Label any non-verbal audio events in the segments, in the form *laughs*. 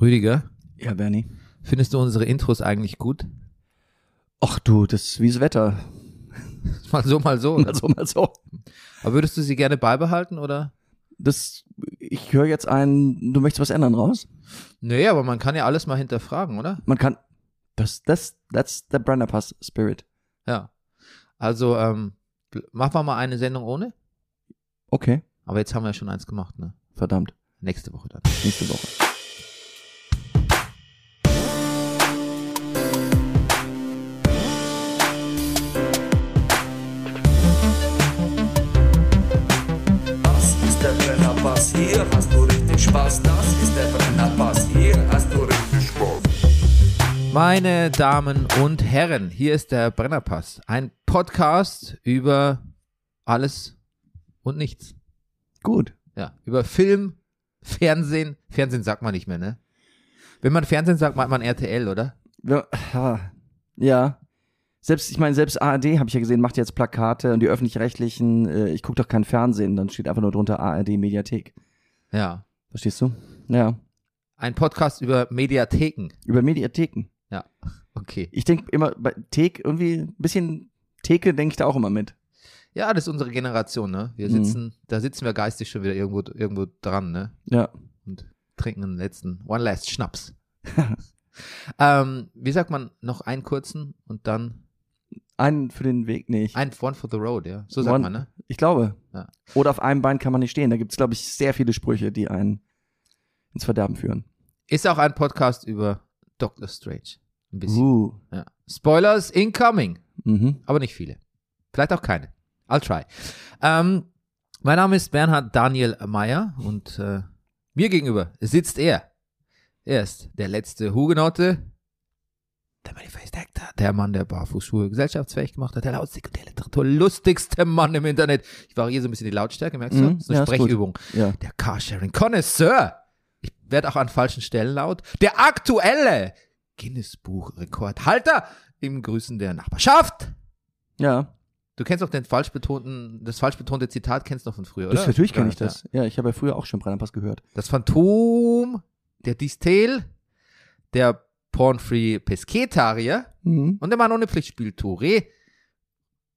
Rüdiger, Ja, Bernie. findest du unsere Intros eigentlich gut? *laughs* Ach du, das ist wie das Wetter. *laughs* Mal so, mal so. Mal so, mal so. Aber würdest du sie gerne beibehalten oder? Das, ich höre jetzt ein, du möchtest was ändern raus? Nee, aber man kann ja alles mal hinterfragen, oder? Man kann, das, das, that's the Brenner Pass Spirit. Ja. Also, ähm, machen wir mal eine Sendung ohne. Okay, Aber jetzt haben wir ja schon eins gemacht, ne? verdammt, Nächste Woche dann. nächste Woche. Das ist der Brennerpass, hier hast du richtig Spaß. Das ist der Brennerpass, hier hast du richtig Spaß. Meine Damen und Herren, hier ist der Brennerpass. Ein Podcast über alles und nichts. Gut. Ja, über Film, Fernsehen. Fernsehen sagt man nicht mehr, ne? Wenn man Fernsehen sagt, meint man RTL, oder? Ja, ha. Ja. Selbst, ich meine, selbst ARD, habe ich ja gesehen, macht jetzt Plakate und die öffentlich-rechtlichen, äh, ich gucke doch kein Fernsehen, dann steht einfach nur drunter ARD Mediathek. Ja. Verstehst du? Ja. Ein Podcast über Mediatheken. Über Mediatheken. Ja, okay. Ich denke immer, bei Thek irgendwie ein bisschen Theke denke ich da auch immer mit. Ja, das ist unsere Generation, ne? Wir Mhm. sitzen, da sitzen wir geistig schon wieder irgendwo, irgendwo dran, ne? Ja. Und trinken einen letzten, one last *laughs* Schnaps. ähm, wie sagt man, noch einen kurzen und dann Einen für den Weg nicht. ein One for the Road, ja? So sagt One- man, ne? Ich glaube. Ja. Oder auf einem Bein kann man nicht stehen. Da gibt's glaub glaube ich, sehr viele Sprüche, die einen ins Verderben führen. Ist auch ein Podcast über Doctor Strange. Ein bisschen. Uh. Ja. Spoilers incoming, Mhm. aber nicht viele. Vielleicht auch keine. I'll try. Ähm, mein Name ist Bernhard Daniel Meyer und äh, mir gegenüber sitzt er. Er ist der letzte Hugenotte, der Manifest Actor, der Mann, der Barfußschuhe gesellschaftsfähig gemacht hat, der Lautstärke der Literatur, lustigste Mann im Internet. Ich variiere so ein bisschen die Lautstärke, merkst du? Mhm, Das ist eine ja, ist gut. Sprechübung. Ja. Der carsharing connoisseur Ich werde auch an falschen Stellen laut. Der aktuelle Guinness-Buch-Rekordhalter im Grüßen der Nachbarschaft. Ja. Du kennst auch den falsch betonten, das falsch betonte Zitat kennst du noch von früher, oder? Das, natürlich kenne Ja, ich das. Ja, ich habe ja früher auch schon Brennerpass gehört. Ja. Das Phantom, der Distel, der Pornfree Pesquetarier Mhm. und der Mann ohne Pflichtspiel Touré.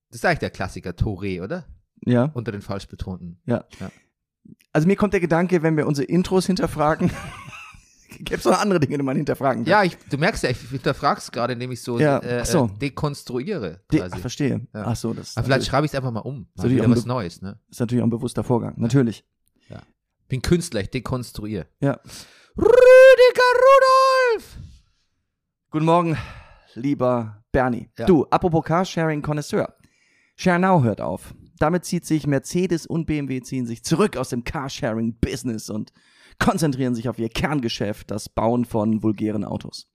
Das ist eigentlich der Klassiker Touré, oder? Ja. Unter den falsch betonten. Also mir kommt der Gedanke, wenn wir unsere Intros hinterfragen, *laughs* gäbe es noch andere Dinge, die man hinterfragen kann. Ja, ich, du merkst ja, ich hinterfrage es gerade, indem ich so, Ja, äh, ach so. äh, dekonstruiere. Die, Quasi. ach, verstehe. Ja. Ach so, das Aber vielleicht schreibe ich es einfach mal um. Mal Soll ich wieder auch was eine- Neues, ne? ist natürlich auch ein bewusster Vorgang. Natürlich. Bin Künstler, ich dekonstruiere. Ja. Rüdiger Rudolf! Guten Morgen, lieber Bernie. Ja. Du, apropos Carsharing Connoisseur. Share Now hört auf. Damit zieht sich Mercedes und BMW ziehen sich zurück aus dem Carsharing Business und konzentrieren sich auf ihr Kerngeschäft, das Bauen von vulgären Autos.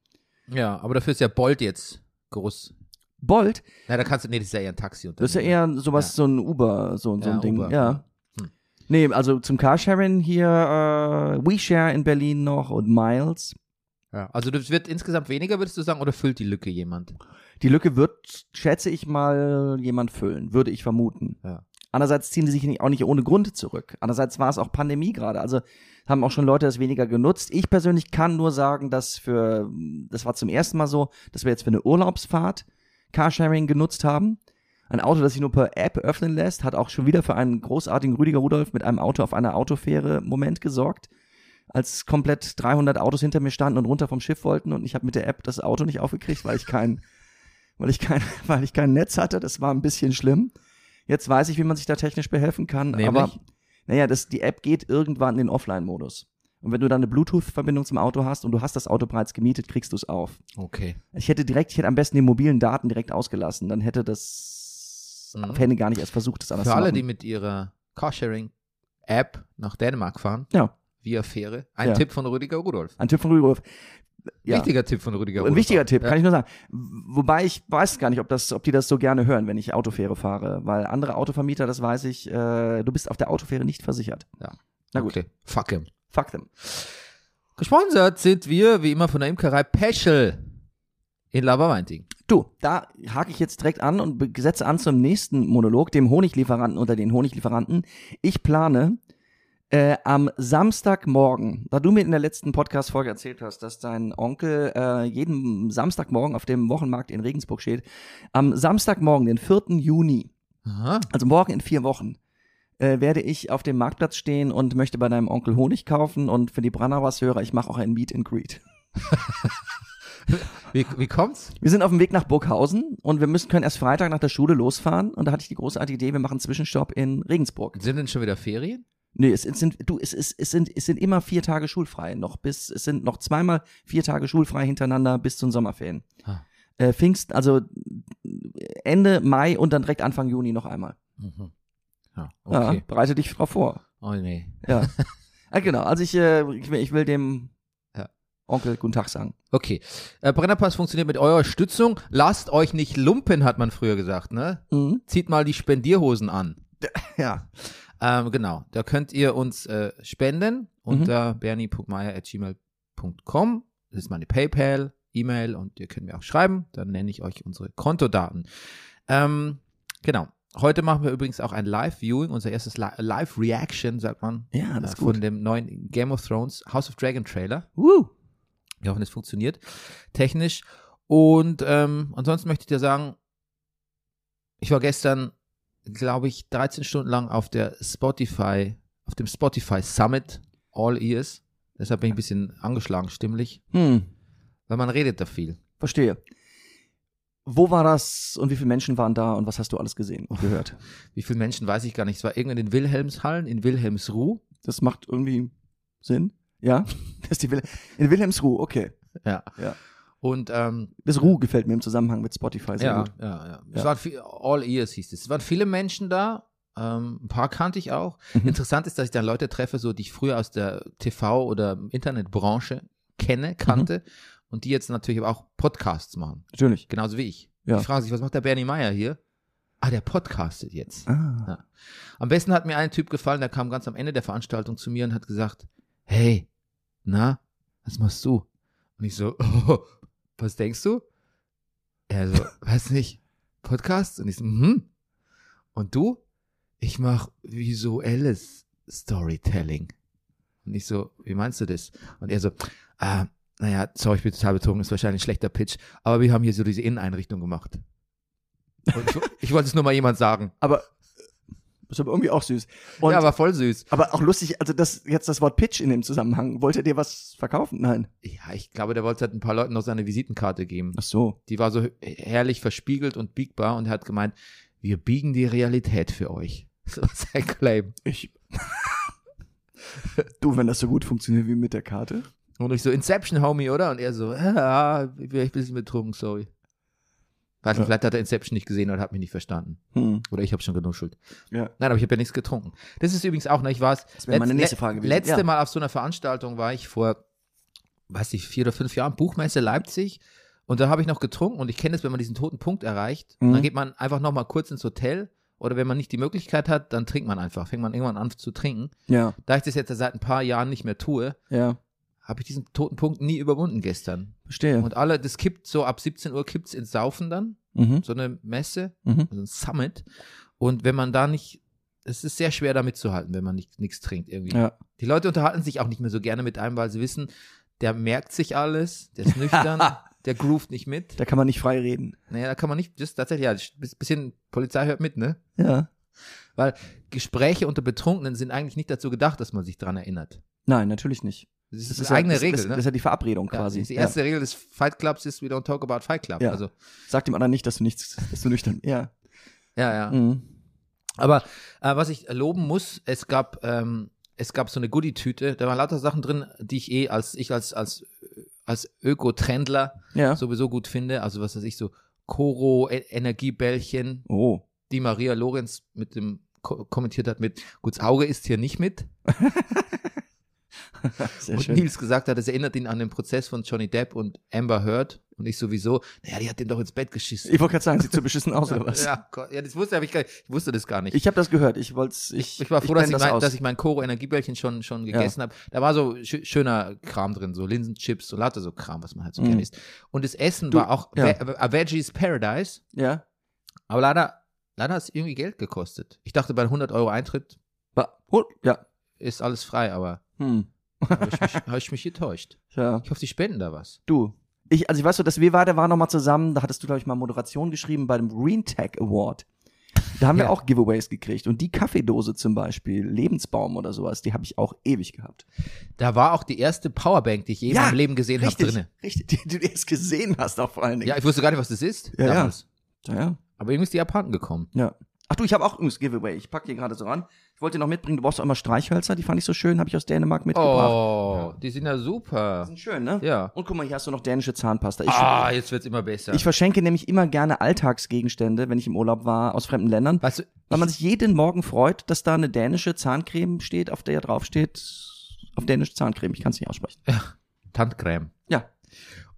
Ja, aber dafür ist ja Bolt jetzt groß. Bolt, Na, da kannst du, nee, das ist ja eher ein Taxi. das ist ja eher sowas, ne? Ja. so ein Uber, so, so Ja, ein Ding. Uber, Ja. ja. Hm. Nee, also zum Carsharing hier äh, WeShare in Berlin noch und Miles. Ja. Also das wird insgesamt weniger, würdest du sagen, oder füllt die Lücke jemand? Die Lücke wird, schätze ich mal, jemand füllen, würde ich vermuten. Ja. Andererseits ziehen die sich nicht, auch nicht ohne Grund zurück. Andererseits war es auch Pandemie gerade. Also haben auch schon Leute das weniger genutzt. Ich persönlich kann nur sagen, dass für, das war zum ersten Mal so, dass wir jetzt für eine Urlaubsfahrt Carsharing genutzt haben. Ein Auto, das sich nur per App öffnen lässt, hat auch schon wieder für einen großartigen Rüdiger Rudolf mit einem Auto auf einer Autofähre Moment gesorgt. Als komplett 300 Autos hinter mir standen und runter vom Schiff wollten und ich habe mit der App das Auto nicht aufgekriegt, weil ich kein, *laughs* weil ich kein, *laughs* weil ich kein Netz hatte. Das war ein bisschen schlimm. Jetzt weiß ich, wie man sich da technisch behelfen kann. Nämlich? Aber naja, das, die App geht irgendwann in den Offline-Modus. Und wenn du dann eine Bluetooth-Verbindung zum Auto hast und du hast das Auto bereits gemietet, kriegst du es auf. Okay. Ich hätte direkt, ich hätte am besten die mobilen Daten direkt ausgelassen. Dann hätte das Mhm. Fände gar nicht erst versucht, das anders Für alle, zu die machen. mit ihrer Carsharing-App nach Dänemark fahren, ja, via Fähre, ein Ja. Tipp von Rüdiger Rudolf. ein Tipp von Rüdiger. Rudolf. Ja, Wichtiger Tipp von Rüdiger Rudolf. ein wichtiger Tipp, Ja. kann ich nur sagen. Wobei ich weiß gar nicht, ob, das, ob die das so gerne hören, wenn ich Autofähre fahre. Weil andere Autovermieter, das weiß ich, äh, du bist auf der Autofähre nicht versichert. Ja. Na gut, Okay. Fuck him. fuck them. Gesponsert sind wir, wie immer, von der Imkerei Peschel in Laberweinting. Du, da hake ich jetzt direkt an und be- setze an zum nächsten Monolog, dem Honiglieferanten unter den Honiglieferanten. Ich plane, Äh, am Samstagmorgen, da du mir in der letzten Podcast-Folge erzählt hast, dass dein Onkel äh, jeden Samstagmorgen auf dem Wochenmarkt in Regensburg steht, am Samstagmorgen, den 4. Juni, Aha. also morgen in vier Wochen, äh, werde ich auf dem Marktplatz stehen und möchte bei deinem Onkel Honig kaufen und für die Brannauers-Hörer, ich mache auch ein Meet and Greet. Wie, wie kommt's? Wir sind auf dem Weg nach Burghausen und wir müssen, können erst Freitag nach der Schule losfahren und da hatte ich die großartige Idee, wir machen einen Zwischenstopp in Regensburg. Sind denn schon wieder Ferien? Nee, es, es sind, du, es, es, es sind, es sind immer vier Tage schulfrei noch bis, es sind noch zweimal vier Tage schulfrei hintereinander bis zu den Sommerferien. Ah. Äh, Pfingst, also Ende Mai und dann direkt Anfang Juni noch einmal. Mhm. Ja, Ja, okay. bereite dich drauf vor. Oh nee. Ja. ah, genau. Also ich, äh, ich, will, ich will dem Ja. Onkel guten Tag sagen. Okay. Äh, Brennerpass funktioniert mit eurer Stützung. Lasst euch nicht lumpen, hat man früher gesagt, ne? Mhm. Zieht mal die Spendierhosen an. *laughs* Ja. Ähm, genau. Da könnt ihr uns äh, spenden unter bernie.meier.gmail.com. Das ist meine PayPal, E-Mail und ihr könnt mir auch schreiben. Dann nenne ich euch unsere Kontodaten. Ähm, genau. Heute machen wir übrigens auch ein Live-Viewing, unser erstes Li Live-Reaction, sagt man, Ja, das äh, ist gut. von dem neuen Game of Thrones House of Dragon Trailer. Woo. Wir hoffen, es funktioniert technisch. Und ähm, ansonsten möchte ich dir sagen, ich war gestern, glaube ich, 13 Stunden lang auf der Spotify, auf dem Spotify Summit All Ears. Deshalb bin ich ein bisschen angeschlagen stimmlich, Hm. weil man redet da viel. Verstehe. Wo war das und wie viele Menschen waren da und was hast du alles gesehen und gehört? Wie viele Menschen weiß ich gar nicht. Es war irgendwann in Wilhelmshallen, in Wilhelmsruh. *laughs* Das macht irgendwie Sinn. Ja? *laughs* Das ist die Wil in Wilhelms Ruhe, okay. Ja. Ja. Und ähm, Das Ruhe gefällt mir im Zusammenhang mit Spotify sehr ja, gut. ja, ja, Ja. es waren viel, All Ears hieß es. Es waren viele Menschen da. Ähm, ein paar kannte ich auch. Mhm. Interessant ist, dass ich dann Leute treffe, so die ich früher aus der TV- oder Internetbranche Mhm. kenne, kannte und die jetzt natürlich aber auch Podcasts machen, Natürlich. genauso wie ich. Ja. Die fragen sich, was macht der Bernie Meyer hier? Ah, der podcastet jetzt. Ah. Ja. Am besten hat mir ein Typ gefallen, der kam ganz am Ende der Veranstaltung zu mir und hat gesagt, hey, na, was machst du? Und ich so, *laughs* was denkst du? Er so, weiß nicht, Podcast? Und ich so, mhm. Und du? Ich mach visuelles Storytelling. Und ich so, wie meinst du das? Und er so, ah, naja, sorry, ich bin total betrunken, ist wahrscheinlich ein schlechter Pitch, aber wir haben hier so diese Inneneinrichtung gemacht. Und ich, ich wollte es nur mal jemand sagen. Aber äh, ist aber irgendwie auch süß. Und, ja, war voll süß. aber auch lustig, also das jetzt das Wort Pitch in dem Zusammenhang. Wollte er dir was verkaufen? Nein. Ja, ich glaube, der wollte halt ein paar Leuten noch seine Visitenkarte geben. Ach so. Die war so herrlich verspiegelt und biegbar und er hat gemeint, wir biegen die Realität für euch. *laughs* So sein Claim. Ich. *laughs* du, wenn das so gut funktioniert wie mit der Karte. Und ich so, Inception, Homie, oder? Und er so, ja, ich bin ein bisschen betrunken, sorry. Weiß nicht, Ja. vielleicht hat er Inception nicht gesehen oder hat mich nicht verstanden. Hm. Oder ich habe schon genuschelt. Ja. Nein, aber ich habe ja nichts getrunken. Das ist übrigens auch, ne, ich war es. Das wäre meine nächste Frage gewesen. Letzte Ja. Mal auf so einer Veranstaltung war ich vor, weiß ich, vier oder fünf Jahren, Buchmesse Leipzig. Und da habe ich noch getrunken und ich kenne das, wenn man diesen toten Punkt erreicht. Mhm. Dann geht man einfach nochmal kurz ins Hotel. Oder wenn man nicht die Möglichkeit hat, dann trinkt man einfach. Fängt man irgendwann an zu trinken. Ja, Da ich das jetzt seit ein paar Jahren nicht mehr tue, ja. habe ich diesen toten Punkt nie überwunden gestern. Verstehe. Und alle, das kippt so ab 17 Uhr kippt's ins Saufen dann. Mhm. So eine Messe Mhm. also ein Summit. Und wenn man da nicht, es ist sehr schwer da mitzuhalten, wenn man nicht nichts trinkt irgendwie. Ja. Die Leute unterhalten sich auch nicht mehr so gerne mit einem, weil sie wissen, der merkt sich alles, der ist nüchtern, *laughs* der groovt nicht mit. Da kann man nicht frei reden. Naja, da kann man nicht, das ist tatsächlich, ja, das- bisschen Polizei hört mit, ne? Ja. Gespräche unter Betrunkenen sind eigentlich nicht dazu gedacht, dass man sich dran erinnert. Nein, natürlich nicht. Das ist, eine ja- eigene das, Regel, das, ne? Das ist ja die Verabredung Ja, quasi. Die erste Regel des Fight Clubs ist, we don't talk about Fight Club. Ja. Also, ja. Sag dem anderen nicht, dass du nichts, dass du nüchtern. Ja. ja, ja. Mhm. Aber äh, was ich loben muss, es gab, ähm, es gab so eine Goodie-Tüte, da waren lauter Sachen drin, die ich eh als ich als als als Öko-Trendler Ja. sowieso gut finde. Also was weiß ich, so Koro, e Energiebällchen, *laughs* Oh. die Maria Lorenz mit dem ko kommentiert hat mit, gut, das Auge ist hier nicht mit. Sehr und schön. Nils gesagt hat, es erinnert ihn an den Prozess von Johnny Depp und Amber Heard. Und ich sowieso, naja, die hat den doch ins Bett geschissen. Ich wollte gerade sagen, sieht so beschissen aus oder *laughs* was? Ja, Gott, ja, das wusste hab ich, gar nicht, ich wusste das gar nicht. Ich habe das gehört. Ich wollte ich, Ich war froh, dass, blend ich das mein, aus. dass ich mein Koro-Energiebällchen schon, schon gegessen habe. Da war so schö- schöner Kram drin, so Linsenchips, so lauter so Kram, was man halt so Mhm. gerne isst. Und das Essen Du- war auch ja. Ve- äh, Veggies Paradise, ja. aber leider, leider hat es irgendwie Geld gekostet. Ich dachte, bei 100 Euro Eintritt Ba- Oh, ja. ist alles frei, *laughs* aber Hm. habe ich, mich- hab ich mich getäuscht. Ja. Ich hoffe, die spenden da was. Du. Ich, also ich weiß so, dass wir weiter waren nochmal zusammen, da hattest du, glaube ich, mal Moderation geschrieben bei dem Green Tech Award. Da haben Ja. wir auch Giveaways gekriegt. Und die Kaffeedose zum Beispiel, Lebensbaum oder sowas, die habe ich auch ewig gehabt. Da war auch die erste Powerbank, die ich je in Ja, meinem Leben gesehen habe, richtig, drinne. richtig, die, die du erst gesehen hast auch vor allen Dingen. Ja, ich wusste gar nicht, was das ist Ja, ja. damals. Ja, ja. Aber irgendwie ist die abhanden gekommen. ja. Ach du, ich habe auch übrigens Giveaway. Ich packe hier gerade so ran. Ich wollte dir noch mitbringen, du brauchst auch immer Streichhölzer, die fand ich so schön, habe ich aus Dänemark mitgebracht. Oh, die sind ja super. Die sind schön, ne? Oh. Ja. Und guck mal, hier hast du noch dänische Zahnpasta. Ich, Ah, jetzt wird's immer besser. ich verschenke nämlich immer gerne Alltagsgegenstände, wenn ich im Urlaub war, aus fremden Ländern. weißt du, Weil man sich jeden Morgen freut, dass da eine dänische Zahncreme steht, auf der drauf steht, auf dänische Zahncreme. Ich kann es nicht aussprechen. äh, Tandcreme. Ja.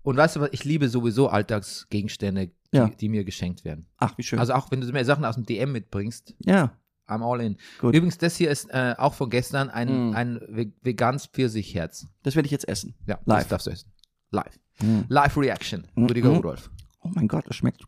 Und weißt du was, ich liebe sowieso Alltagsgegenstände, die, Ja. Genau. die mir geschenkt werden. Ach, wie schön. Also auch wenn du mir Sachen aus dem DM mitbringst, ja. I'm all in. Gut. Übrigens, das hier ist äh, auch von gestern ein, Mm. ein ve- veganes Pfirsichherz. Das werde ich jetzt essen. Ja, das Live. darfst du essen. Live. Mm. Live Reaction, Mm, Rüdiger mm. Rudolf. Oh mein Gott, das schmeckt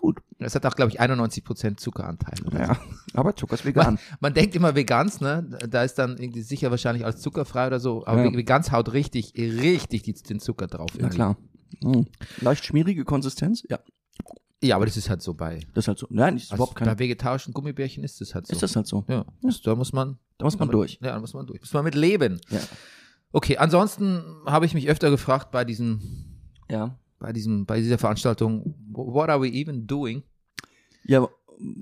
gut. Das hat auch, glaube ich, 91% Zuckeranteil. oder so. Ja. Aber Zucker ist vegan. Man, man denkt immer Vegans, ne? Da ist dann irgendwie sicher wahrscheinlich alles zuckerfrei oder so. Aber Ja. Ve- Vegans haut richtig, richtig die, den Zucker drauf. Na irgendwie. klar. Mm. Leicht schmierige Konsistenz? Ja. Ja, aber das ist halt so bei, Das ist halt so. Nein, das ist also überhaupt kein. bei vegetarischen Gummibärchen ist das halt so. Ist das halt so. ja, das, da muss man, Da muss man durch. Ja, da muss man durch. Muss man mit leben. Ja. Okay, ansonsten habe ich mich öfter gefragt bei diesem, Ja. bei diesem, bei dieser Veranstaltung, what are we even doing? Ja. What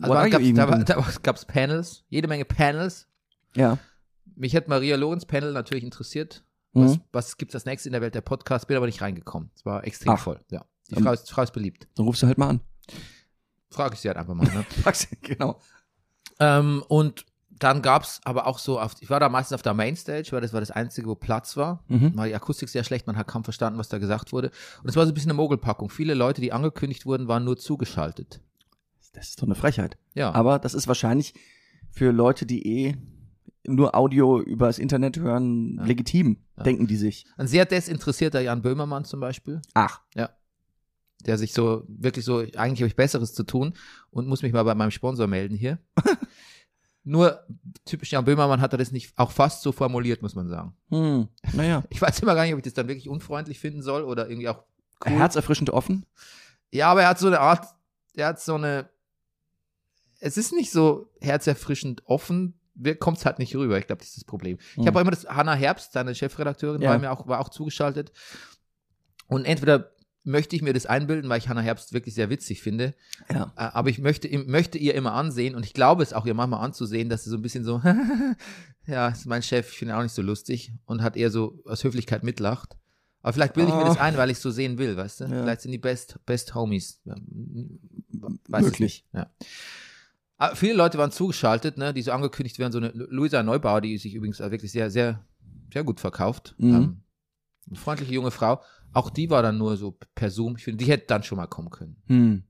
are waren- you gab's, even Also da war, doing? da gab es Panels, jede Menge Panels. ja. Mich hätte Maria Lorenz Panel natürlich interessiert. Was, Mhm. was gibt's als nächstes in der Welt der Podcast? Bin aber nicht reingekommen. Es war extrem Ach. voll. Ja. Die Ähm. Frau ist, Frau ist beliebt. Dann rufst du halt mal an. *laughs* Frage ich sie halt einfach mal. Ne? genau. ähm, und dann gab's aber auch so, auf, ich war da meistens auf der Mainstage, weil das war das Einzige, wo Platz war. Mhm. War die Akustik sehr schlecht, man hat kaum verstanden, was da gesagt wurde. Und es war so ein bisschen eine Mogelpackung. Viele Leute, die angekündigt wurden, waren nur zugeschaltet. Das ist doch eine Frechheit. Ja. Aber das ist wahrscheinlich für Leute, die eh nur Audio übers Internet hören, Ja. legitim, Ja. denken die sich. Ein sehr desinteressierter Jan Böhmermann zum Beispiel. Ach, der sich so wirklich so, eigentlich habe ich Besseres zu tun und muss mich mal bei meinem Sponsor melden hier. Nur typisch Jan Böhmermann hat er das nicht auch fast so formuliert, muss man sagen. hm, naja. Ich weiß immer gar nicht, ob ich das dann wirklich unfreundlich finden soll oder irgendwie auch *laughs* cool. Herzerfrischend offen. ja, aber er hat so eine Art, er hat so eine, es ist nicht so herzerfrischend offen, kommt es halt nicht rüber. Ich glaube, das ist das Problem. Ich Hm. habe auch immer das, Hanna Herbst, seine Chefredakteurin, Ja. war mir auch, war auch zugeschaltet. Und entweder möchte ich mir das einbilden, weil ich Hanna Herbst wirklich sehr witzig finde, Ja. Äh, aber ich möchte, ihm- möchte ihr immer ansehen und ich glaube es auch ihr manchmal anzusehen, dass sie so ein bisschen so, *laughs* ja, ist mein Chef, ich finde ihn auch nicht so lustig und hat eher so aus Höflichkeit mitlacht. Aber vielleicht bilde ich mir Ah. das ein, weil ich so sehen will, weißt du? Ja. Vielleicht sind die Best, Best Homies. Ja, Weiß ich Möglich. nicht. Ja. Aber viele Leute waren zugeschaltet, ne, die so angekündigt werden. So eine Lu- Luisa Neubauer, die sich übrigens auch wirklich sehr, sehr, sehr gut verkauft. Mhm. Ähm, eine freundliche junge Frau. Auch die war dann nur so per Zoom. Ich finde, die hätte dann schon mal kommen können. Hm.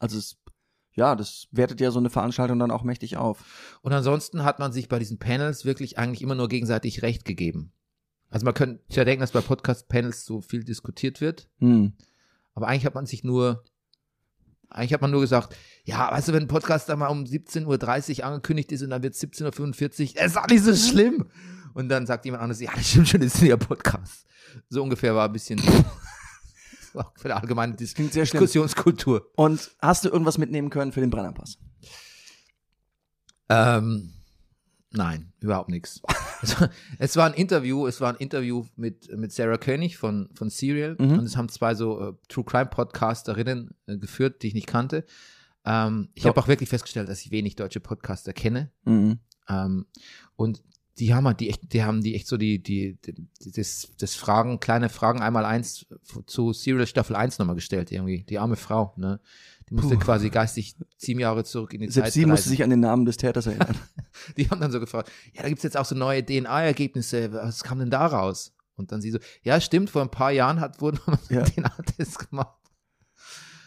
Also es, ja, das wertet ja so eine Veranstaltung dann auch mächtig auf. Und ansonsten hat man sich bei diesen Panels wirklich eigentlich immer nur gegenseitig Recht gegeben. Also man könnte ja denken, dass bei Podcast-Panels so viel diskutiert wird, Hm. aber eigentlich hat man sich nur, eigentlich hat man nur gesagt, ja, weißt du, wenn ein Podcast dann mal um 17.30 Uhr angekündigt ist und dann wird 17.45 Uhr, ist auch nicht so schlimm. Und dann sagt jemand anderes, ja, das stimmt schon, das ist ja Podcast. So ungefähr war ein bisschen *laughs* auch für die allgemeine Dis klingt sehr Diskussionskultur. Und hast du irgendwas mitnehmen können für den Brennerpass? Ähm, nein, überhaupt nichts. es, war, es war ein Interview, es war ein Interview mit, mit Sarah König von, von Serial Mhm. und es haben zwei so äh, True Crime Podcasterinnen äh, geführt, die ich nicht kannte. Ähm, ich Ja. habe auch wirklich festgestellt, dass ich wenig deutsche Podcaster kenne. Hm. Ähm, und die haben halt die echt, die haben die echt so die, die, die das, das Fragen, kleine Fragen einmal eins zu Serial Staffel 1 nochmal gestellt, irgendwie. Die arme Frau, ne? Die musste Puh. quasi geistig sieben Jahre zurück in die Zeit Selbst sie reisen. musste sich an den Namen des *laughs* Täters erinnern. Die haben dann so gefragt, ja, da gibt's jetzt auch so neue DNA-Ergebnisse, was kam denn da raus? Und dann sie so, ja, stimmt, vor ein paar Jahren hat, *laughs* wurde man Ja. einen DNA-Test gemacht.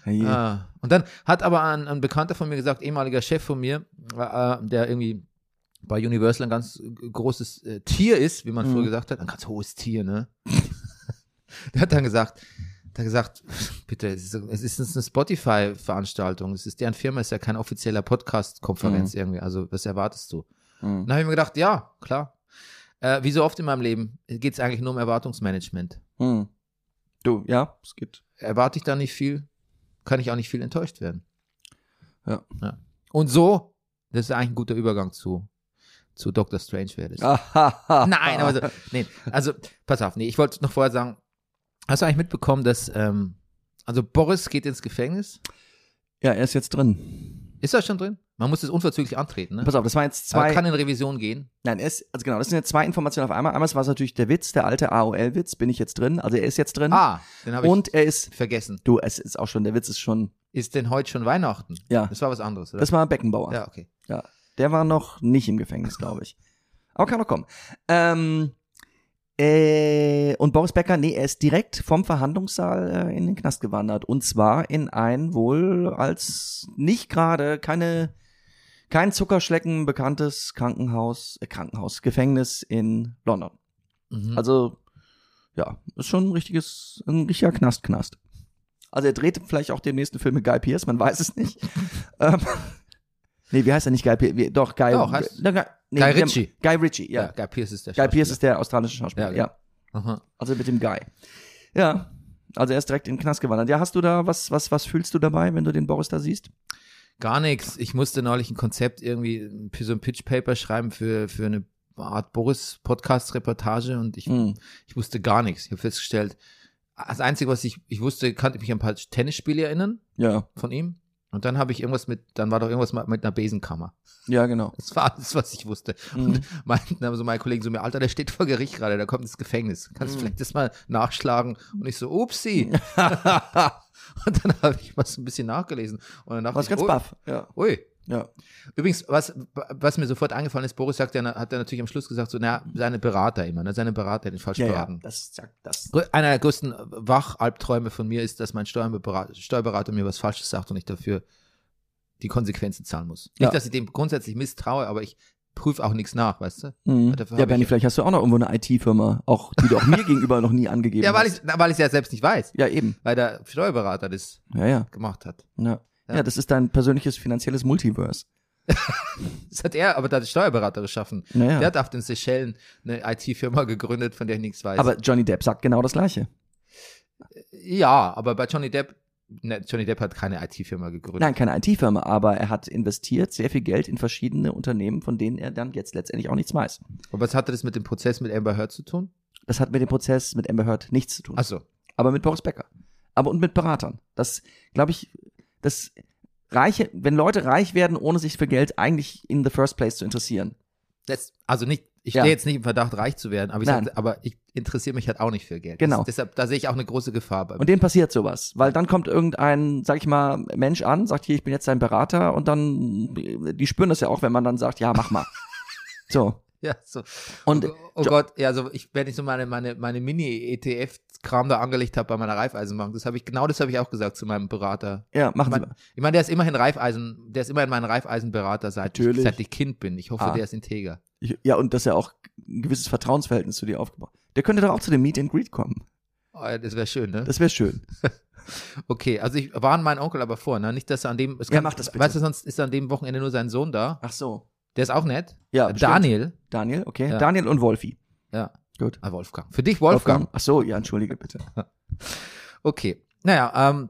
Herrje. Ah. Und dann hat aber ein, ein Bekannter von mir gesagt, ehemaliger Chef von mir, äh, äh, der irgendwie bei Universal ein ganz äh, großes äh, Tier ist, wie man Mhm. früher gesagt hat, ein ganz hohes Tier, ne? *laughs* der hat dann gesagt, der hat gesagt, *laughs* bitte, es ist, es ist eine Spotify-Veranstaltung, es ist deren Firma, es ist ja kein Mhm. offizieller Podcast-Konferenz irgendwie, also was erwartest du? Hm. Und dann habe ich mir gedacht, ja, klar. Äh, wie so oft in meinem Leben geht es eigentlich nur um Erwartungsmanagement. Hm. Du, ja, es geht. Erwarte ich da nicht viel, kann ich auch nicht viel enttäuscht werden. Ja. Und so, das ist eigentlich ein guter Übergang zu, zu Dr. Strange wäre Ah. das. Nein, *laughs* Nein, aber so, nee, also pass auf, nee, ich wollte noch vorher sagen, hast du eigentlich mitbekommen, dass, ähm, also Boris geht ins Gefängnis? Ja, er ist jetzt drin. Ist das schon drin? Man muss es unverzüglich antreten, ne? Pass auf, das waren jetzt Aber zwei. kann in Revision gehen. Nein, er ist, also genau, das sind jetzt zwei Informationen auf einmal. Einmal war es natürlich der Witz, der alte AOL-Witz, bin ich jetzt drin. Also er ist jetzt drin. Ah, den habe ich und er ist, vergessen. du, es ist auch schon, der Witz ist schon, Ist denn heute schon Weihnachten? Ja. Das war was anderes, oder? das war Beckenbauer. ja, okay. Ja, der war noch nicht im Gefängnis, glaube ich. Aber kann noch kommen. Ähm, äh, und Boris Becker, nee, er ist direkt vom Verhandlungssaal äh, in den Knast gewandert. Und zwar in ein wohl als nicht gerade keine kein Zuckerschlecken bekanntes Krankenhaus, äh, Krankenhaus, Gefängnis in London. Mhm. Also, ja, ist schon ein richtiges, ein richtiger Knast-Knast. Also er dreht vielleicht auch den nächsten Film mit Guy Pearce, man *laughs* weiß *laughs* es nicht. ähm, nee, wie heißt er nicht Guy Pearce? Wie- Doch, Guy, Doch, heißt- Na, Guy, nee, Guy der- Ritchie. Guy Ritchie, ja. ja, Guy Pierce ist der Guy Pearce ist der australische Schauspieler, Ja, ja, genau. Aha. Also mit dem Guy. Ja, also er ist direkt in den Knast gewandert. Ja, hast du da, was, was, was fühlst du dabei, wenn du den Boris da siehst? Gar nichts. Ich musste neulich ein Konzept irgendwie für so ein Pitch Paper schreiben für, für eine Art Boris-Podcast-Reportage und ich, Hm. ich wusste gar nichts. Ich habe festgestellt, das Einzige, was ich, ich wusste, kannte mich an ein paar Tennisspiele erinnern Ja, von ihm. Und dann habe ich irgendwas mit, dann war doch irgendwas mit mit einer Besenkammer. ja, genau. Das war alles, was ich wusste. Mhm. Und *laughs* meinten dann so meine Kollegen also so mir, Alter, der steht vor Gericht gerade, der kommt ins Gefängnis. Kannst du Mhm. vielleicht das mal nachschlagen? Und ich so, upsi. *laughs* und dann habe ich was ein bisschen nachgelesen. Und dann dachte Was ich, ganz oh, baff. Ja, Ui. ja. Übrigens, was, was mir sofort eingefallen ist, Boris sagt, ja, hat er natürlich am Schluss gesagt, so, na, seine Berater immer, ne, seine Berater hätten ihn falsch Ja, ja, beraten. das, das. Grö- Einer der größten Wachalbträume von mir ist, dass mein Steuerberater, Steuerberater mir was Falsches sagt und ich dafür die Konsequenzen zahlen muss. Ja. Nicht, dass ich dem grundsätzlich misstraue, aber ich prüfe auch nichts nach, weißt du? Mhm. Äh, Dafür Ja, hab Bernie, ich- vielleicht hast du auch noch irgendwo eine IT-Firma, auch die du *laughs* auch mir gegenüber noch nie angegeben Ja, weil hast. ich na, weil ich ja selbst nicht weiß, Ja, eben. weil der Steuerberater das Ja, ja. gemacht hat. Ja. Ja. Ja. das ist dein persönliches finanzielles Multiverse. Das hat er, aber der Steuerberater geschaffen. Naja. Der hat auf den Seychellen eine IT-Firma gegründet, von der ich nichts weiß. Aber Johnny Depp sagt genau das Gleiche. ja, aber bei Johnny Depp, ne, Johnny Depp hat keine IT-Firma gegründet. Nein, keine IT-Firma, aber er hat investiert sehr viel Geld in verschiedene Unternehmen, von denen er dann jetzt letztendlich auch nichts weiß. Aber was hatte das mit dem Prozess mit Amber Heard zu tun? Das hat mit dem Prozess mit Amber Heard nichts zu tun. Achso, aber mit Boris Becker. Aber und mit Beratern. Das, glaube ich, das reiche, wenn Leute reich werden, ohne sich für Geld eigentlich in the first place zu interessieren. das, also nicht, ich Ja. stehe jetzt nicht im Verdacht, reich zu werden, aber ich, Nein. sag- aber ich interessiere mich halt auch nicht für Geld. Genau. Das, deshalb, da sehe ich auch eine große Gefahr bei mir. Und dem passiert sowas, weil dann kommt irgendein, sag ich mal, Mensch an, sagt hier, ich bin jetzt dein Berater und dann, die spüren das ja auch, wenn man dann sagt, ja, *laughs* mach mal. so. Ja, so. Und oh, oh Jo- Gott, ja, also ich, wenn ich so meine, meine, meine Mini-ETF-Kram da angelegt habe bei meiner Raiffeisenbank, das habe ich, genau das habe ich auch gesagt zu meinem Berater. ja, machen Sie Mein, mal. ich meine, der ist immerhin Reifeisen, der ist immerhin mein Reifeisenberater, seit, ich, Natürlich. seit ich Kind bin. Ich hoffe, Ah. der ist integer. Ich, ja, und dass er auch ein gewisses Vertrauensverhältnis zu dir aufgebaut. Der könnte doch auch zu dem Meet and Greet kommen. Oh, das wäre schön, ne? Das wäre schön. Okay, also ich warne meinen Onkel aber vor, ne? Nicht, dass er an dem. Es Ja, mach das bitte. Weißt du, sonst ist an dem Wochenende nur sein Sohn da. Ach so. Der ist auch nett. Ja, Äh, bestimmt. Daniel. Daniel, okay. Ja. Daniel und Wolfi. Ja. Gut. Ah, Wolfgang. Für dich, Wolfgang. Ach so, ja, entschuldige bitte. Okay. Naja, ähm,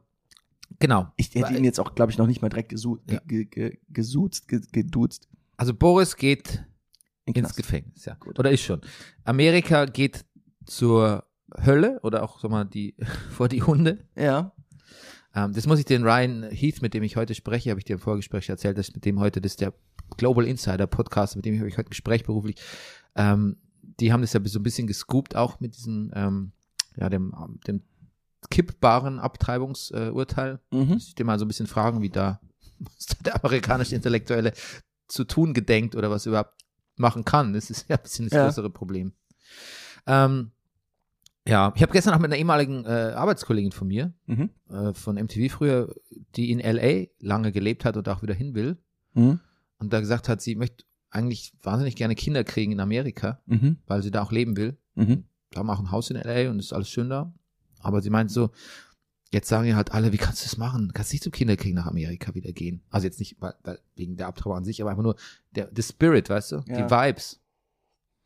genau. Ich hätte ihn jetzt auch, glaube ich, noch nicht mal direkt gesu Ja. ge ge gesuzt, ge geduzt. Also Boris geht In den ins Knast. Gefängnis, ja. Oder ist schon. Amerika geht zur Hölle oder auch sag mal die *laughs* vor die Hunde. Ja. Ähm, das muss ich den Ryan Heath, mit dem ich heute spreche, habe ich dir im Vorgespräch erzählt, dass ich mit dem heute, das ist der Global Insider Podcast, mit dem habe ich heute ein Gespräch beruflich. Ähm, die haben das ja so ein bisschen gescoopt, auch mit diesem, ähm, ja, dem, ähm, dem kippbaren Abtreibungsurteil. Äh, Urteil. Mhm. Muss ich dir mal so ein bisschen fragen, wie da *laughs* was da der amerikanische Intellektuelle zu tun gedenkt oder was er überhaupt machen kann. Das ist ja ein bisschen das Ja. größere Problem. Ähm, ja, ich habe gestern auch mit einer ehemaligen äh, Arbeitskollegin von mir, Mhm. äh, von MTV früher, die in LA lange gelebt hat und auch wieder hin will Mhm. und da gesagt hat, sie möchte eigentlich wahnsinnig gerne Kinder kriegen in Amerika, Mhm. weil sie da auch leben will. Mhm. Wir haben auch ein Haus in LA und ist alles schön da. Aber sie meint so, jetzt sagen ja halt alle, wie kannst du das machen? Kannst nicht zum Kinderkrieg nach Amerika wieder gehen. Also jetzt nicht weil, weil wegen der Abtreibung an sich, aber einfach nur der the Spirit, weißt du? Ja. Die Vibes.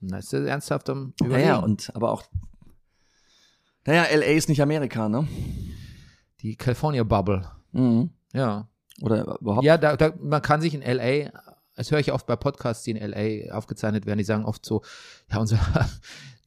Na, ist er ernsthaft am Überlegen. Naja, und aber auch. Naja, LA ist nicht Amerika, ne? Die California Bubble. Mhm. Ja. Oder überhaupt. Ja, da, da, man kann sich in LA, das höre ich oft bei Podcasts, die in LA aufgezeichnet werden, die sagen oft so, ja, unser, *laughs*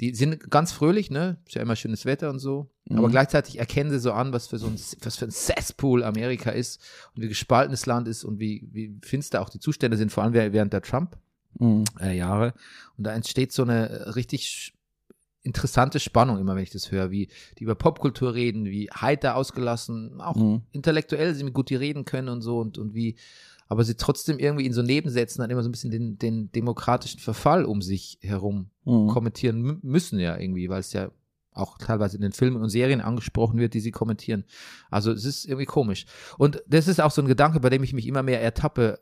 die sind ganz fröhlich, ne? Ist ja immer schönes Wetter und so. Aber Mhm. gleichzeitig erkennen sie so an, was für so ein, was für ein Cesspool Amerika ist und wie gespalten das Land ist und wie, wie finster auch die Zustände sind, vor allem während der Trump Mhm. äh, Jahre. Und da entsteht so eine äh, richtig sch- interessante Spannung immer, wenn ich das höre, wie die über Popkultur reden, wie heiter ausgelassen, auch Mhm. intellektuell sie gut die reden können und so und, und wie, aber sie trotzdem irgendwie in so Nebensätzen dann immer so ein bisschen den, den demokratischen Verfall um sich herum Mhm. kommentieren mü- müssen ja irgendwie, weil es ja auch teilweise in den Filmen und Serien angesprochen wird, die sie kommentieren. Also es ist irgendwie komisch. Und das ist auch so ein Gedanke, bei dem ich mich immer mehr ertappe.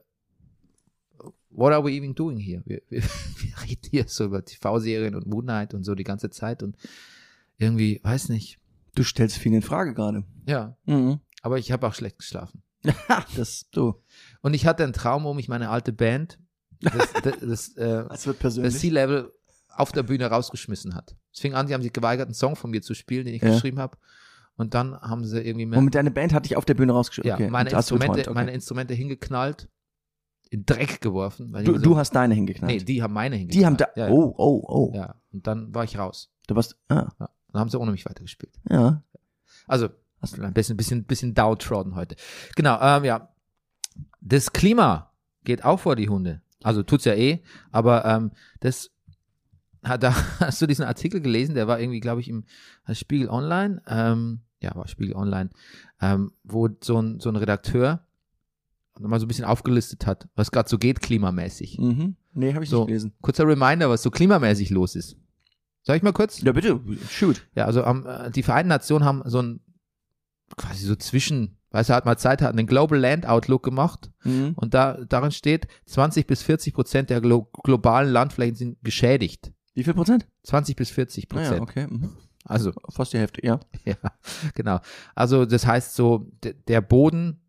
What are we even doing here? Wir, wir, *laughs* wir reden hier so über TV-Serien und Moon Knight und so die ganze Zeit und irgendwie, weiß nicht. Du stellst viel in Frage gerade. Ja, Mhm. aber ich habe auch schlecht geschlafen. Ha, das, du. Und ich hatte einen Traum, wo mich meine alte Band, das, das, das, äh, Das wird das persönlich. C-Level auf der Bühne rausgeschmissen hat. Es fing an, sie haben sich geweigert, einen Song von mir zu spielen, den ich Ja. geschrieben habe. Und dann haben sie irgendwie mehr, Moment, deine Band hat dich auf der Bühne rausgeschickt. ja, okay. meine, Und hast du Instrumente, geträumt, okay. meine Instrumente hingeknallt, in Dreck geworfen. Weil ich du, gesagt- du hast deine nee, hingeknallt. die haben meine hingeknallt. die haben da. ja, ja. Oh, oh, oh. Ja, und dann war ich raus. Du warst. Ah, Ja. Dann haben sie ohne mich weitergespielt. ja. Also, Hast- ein bisschen, bisschen, bisschen downtrodden heute. Genau, ähm, ja. Das Klima geht auch vor die Hunde. Also tut's ja eh, aber ähm, das hat, da *laughs* hast du diesen Artikel gelesen, der war irgendwie, glaube ich, im äh, Spiegel Online, ähm, ja, war Spiegel Online, ähm, wo so ein, so ein Redakteur nochmal so ein bisschen aufgelistet hat, was gerade so geht klimamäßig. Mhm. Nee, habe ich So. nicht gelesen. Kurzer Reminder, was so klimamäßig los ist. Soll ich mal kurz? Ja, bitte. Shoot. Ja, also am, äh, die Vereinten Nationen haben so ein quasi so zwischen, weißt du, hat mal Zeit, hat einen Global Land Outlook gemacht Mhm. und da darin steht, 20 bis 40 Prozent der glo globalen Landflächen sind geschädigt. Wie viel Prozent? 20 bis 40 Ah, Prozent. ja, okay. Mhm. Also, *laughs* Fast die Hälfte, ja. ja, genau. Also, das heißt so, d- der Boden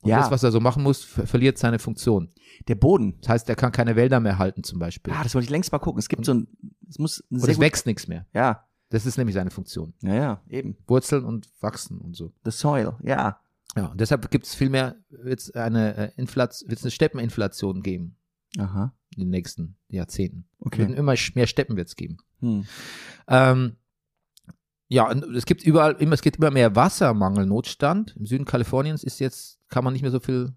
und Ja. das, was er so machen muss, ver verliert seine Funktion. Der Boden. Das heißt, er kann keine Wälder mehr halten, zum Beispiel. Ah, das wollte ich längst mal gucken. Es gibt so ein. Es muss ein Mhm. und sehr es gut, wächst nichts mehr. Ja. Das ist nämlich seine Funktion. Ja, ja. Eben. Wurzeln und wachsen und so. The Soil. Ja. Ja, und deshalb gibt es vielmehr, wird es eine, Inflation, wird's eine Steppeninflation geben Aha. in den nächsten Jahrzehnten. Okay. Werden immer sch- mehr Steppen wird es geben. Hm. Ähm, ja, und es gibt überall, immer, es gibt immer mehr Wassermangel, Notstand. Im Süden Kaliforniens ist jetzt, kann man nicht mehr so viel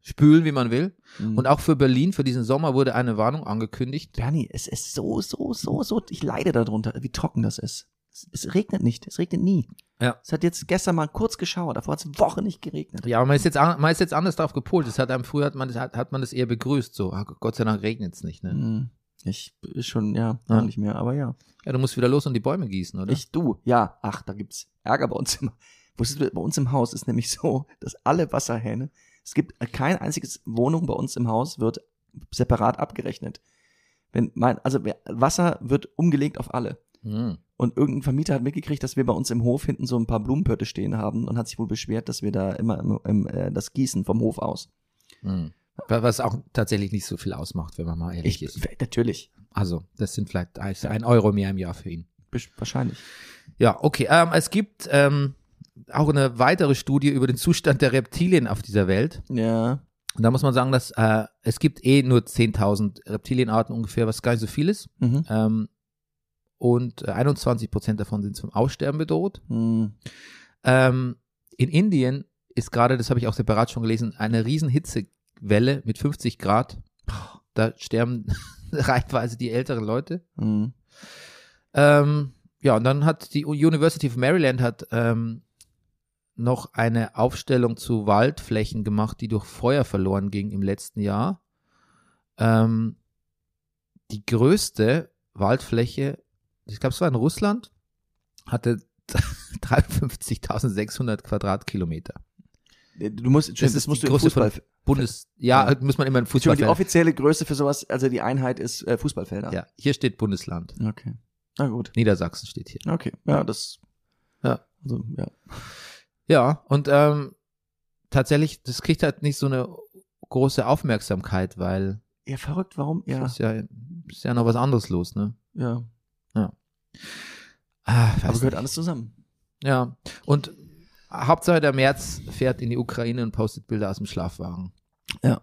spülen, wie man will. Mhm. Und auch für Berlin, für diesen Sommer wurde eine Warnung angekündigt. Bernie, es ist so, so, so, so, ich leide darunter, wie trocken das ist. Es, es regnet nicht, es regnet nie. Ja. Es hat jetzt gestern mal kurz geschauert, davor hat es Woche nicht geregnet. Ja, aber man ist jetzt, an- man ist jetzt anders drauf gepolt. Das hat einem früher, hat man das, hat, hat man das eher begrüßt, so. Ah, Gott sei Dank regnet es nicht, ne? Hm. Ich ist schon, ja, Ja. ja, nicht mehr, aber ja. Ja, du musst wieder los und die Bäume gießen, oder? Ich, du, ja, ach, da gibt's Ärger bei uns immer. *laughs* Wusstest du, bei uns im Haus ist nämlich *laughs* so, dass alle Wasserhähne, es gibt kein einziges Wohnung bei uns im Haus, wird separat abgerechnet. Wenn mein, also wer- Wasser wird umgelegt auf alle. Hm. Und irgendein Vermieter hat mitgekriegt, dass wir bei uns im Hof hinten so ein paar Blumenpötte stehen haben und hat sich wohl beschwert, dass wir da immer im, im, äh, das Gießen vom Hof aus. Mhm. Wa- Was auch tatsächlich nicht so viel ausmacht, wenn man mal ehrlich Ich, ist. natürlich. Also, das sind vielleicht ein ein Euro mehr im Jahr für ihn. Besch- Wahrscheinlich. Ja, okay. Ähm, es gibt ähm, auch eine weitere Studie über den Zustand der Reptilien auf dieser Welt. Ja. Und da muss man sagen, dass äh, es gibt eh nur 10.000 Reptilienarten ungefähr, was gar nicht so viel ist. Mhm. Ähm, und äh, 21 Prozent davon sind zum Aussterben bedroht. Hm. Ähm, in Indien ist gerade, das habe ich auch separat schon gelesen, eine riesen Hitzewelle mit 50 Grad. Da sterben *laughs* reihenweise die älteren Leute. Hm. Ähm, ja, und dann hat die University of Maryland hat ähm, noch eine Aufstellung zu Waldflächen gemacht, die durch Feuer verloren ging im letzten Jahr. Ähm, die größte Waldfläche, ich glaube, es war in Russland, hatte *laughs* 53.600 Quadratkilometer. Du Das musst, Entschuldigung, ist das musst die du im Größe von Fußball. Bundes, ja, Ja. muss man immer in Entschuldigung, die Fußballfelder. offizielle Größe für sowas, also die Einheit ist äh, Fußballfelder. Ja, hier steht Bundesland. Okay. Na gut. Niedersachsen steht hier. Okay. Ja, das. Ja. Also, ja. Ja, und ähm, tatsächlich, das kriegt halt nicht so eine große Aufmerksamkeit, weil Ja, verrückt, warum? Ja, Ist, ja, ist ja noch was anderes los, ne? ja. Ah, weiß Aber nicht. gehört alles zusammen. Ja, und Hauptsache der März fährt in die Ukraine und postet Bilder aus dem Schlafwagen. Ja.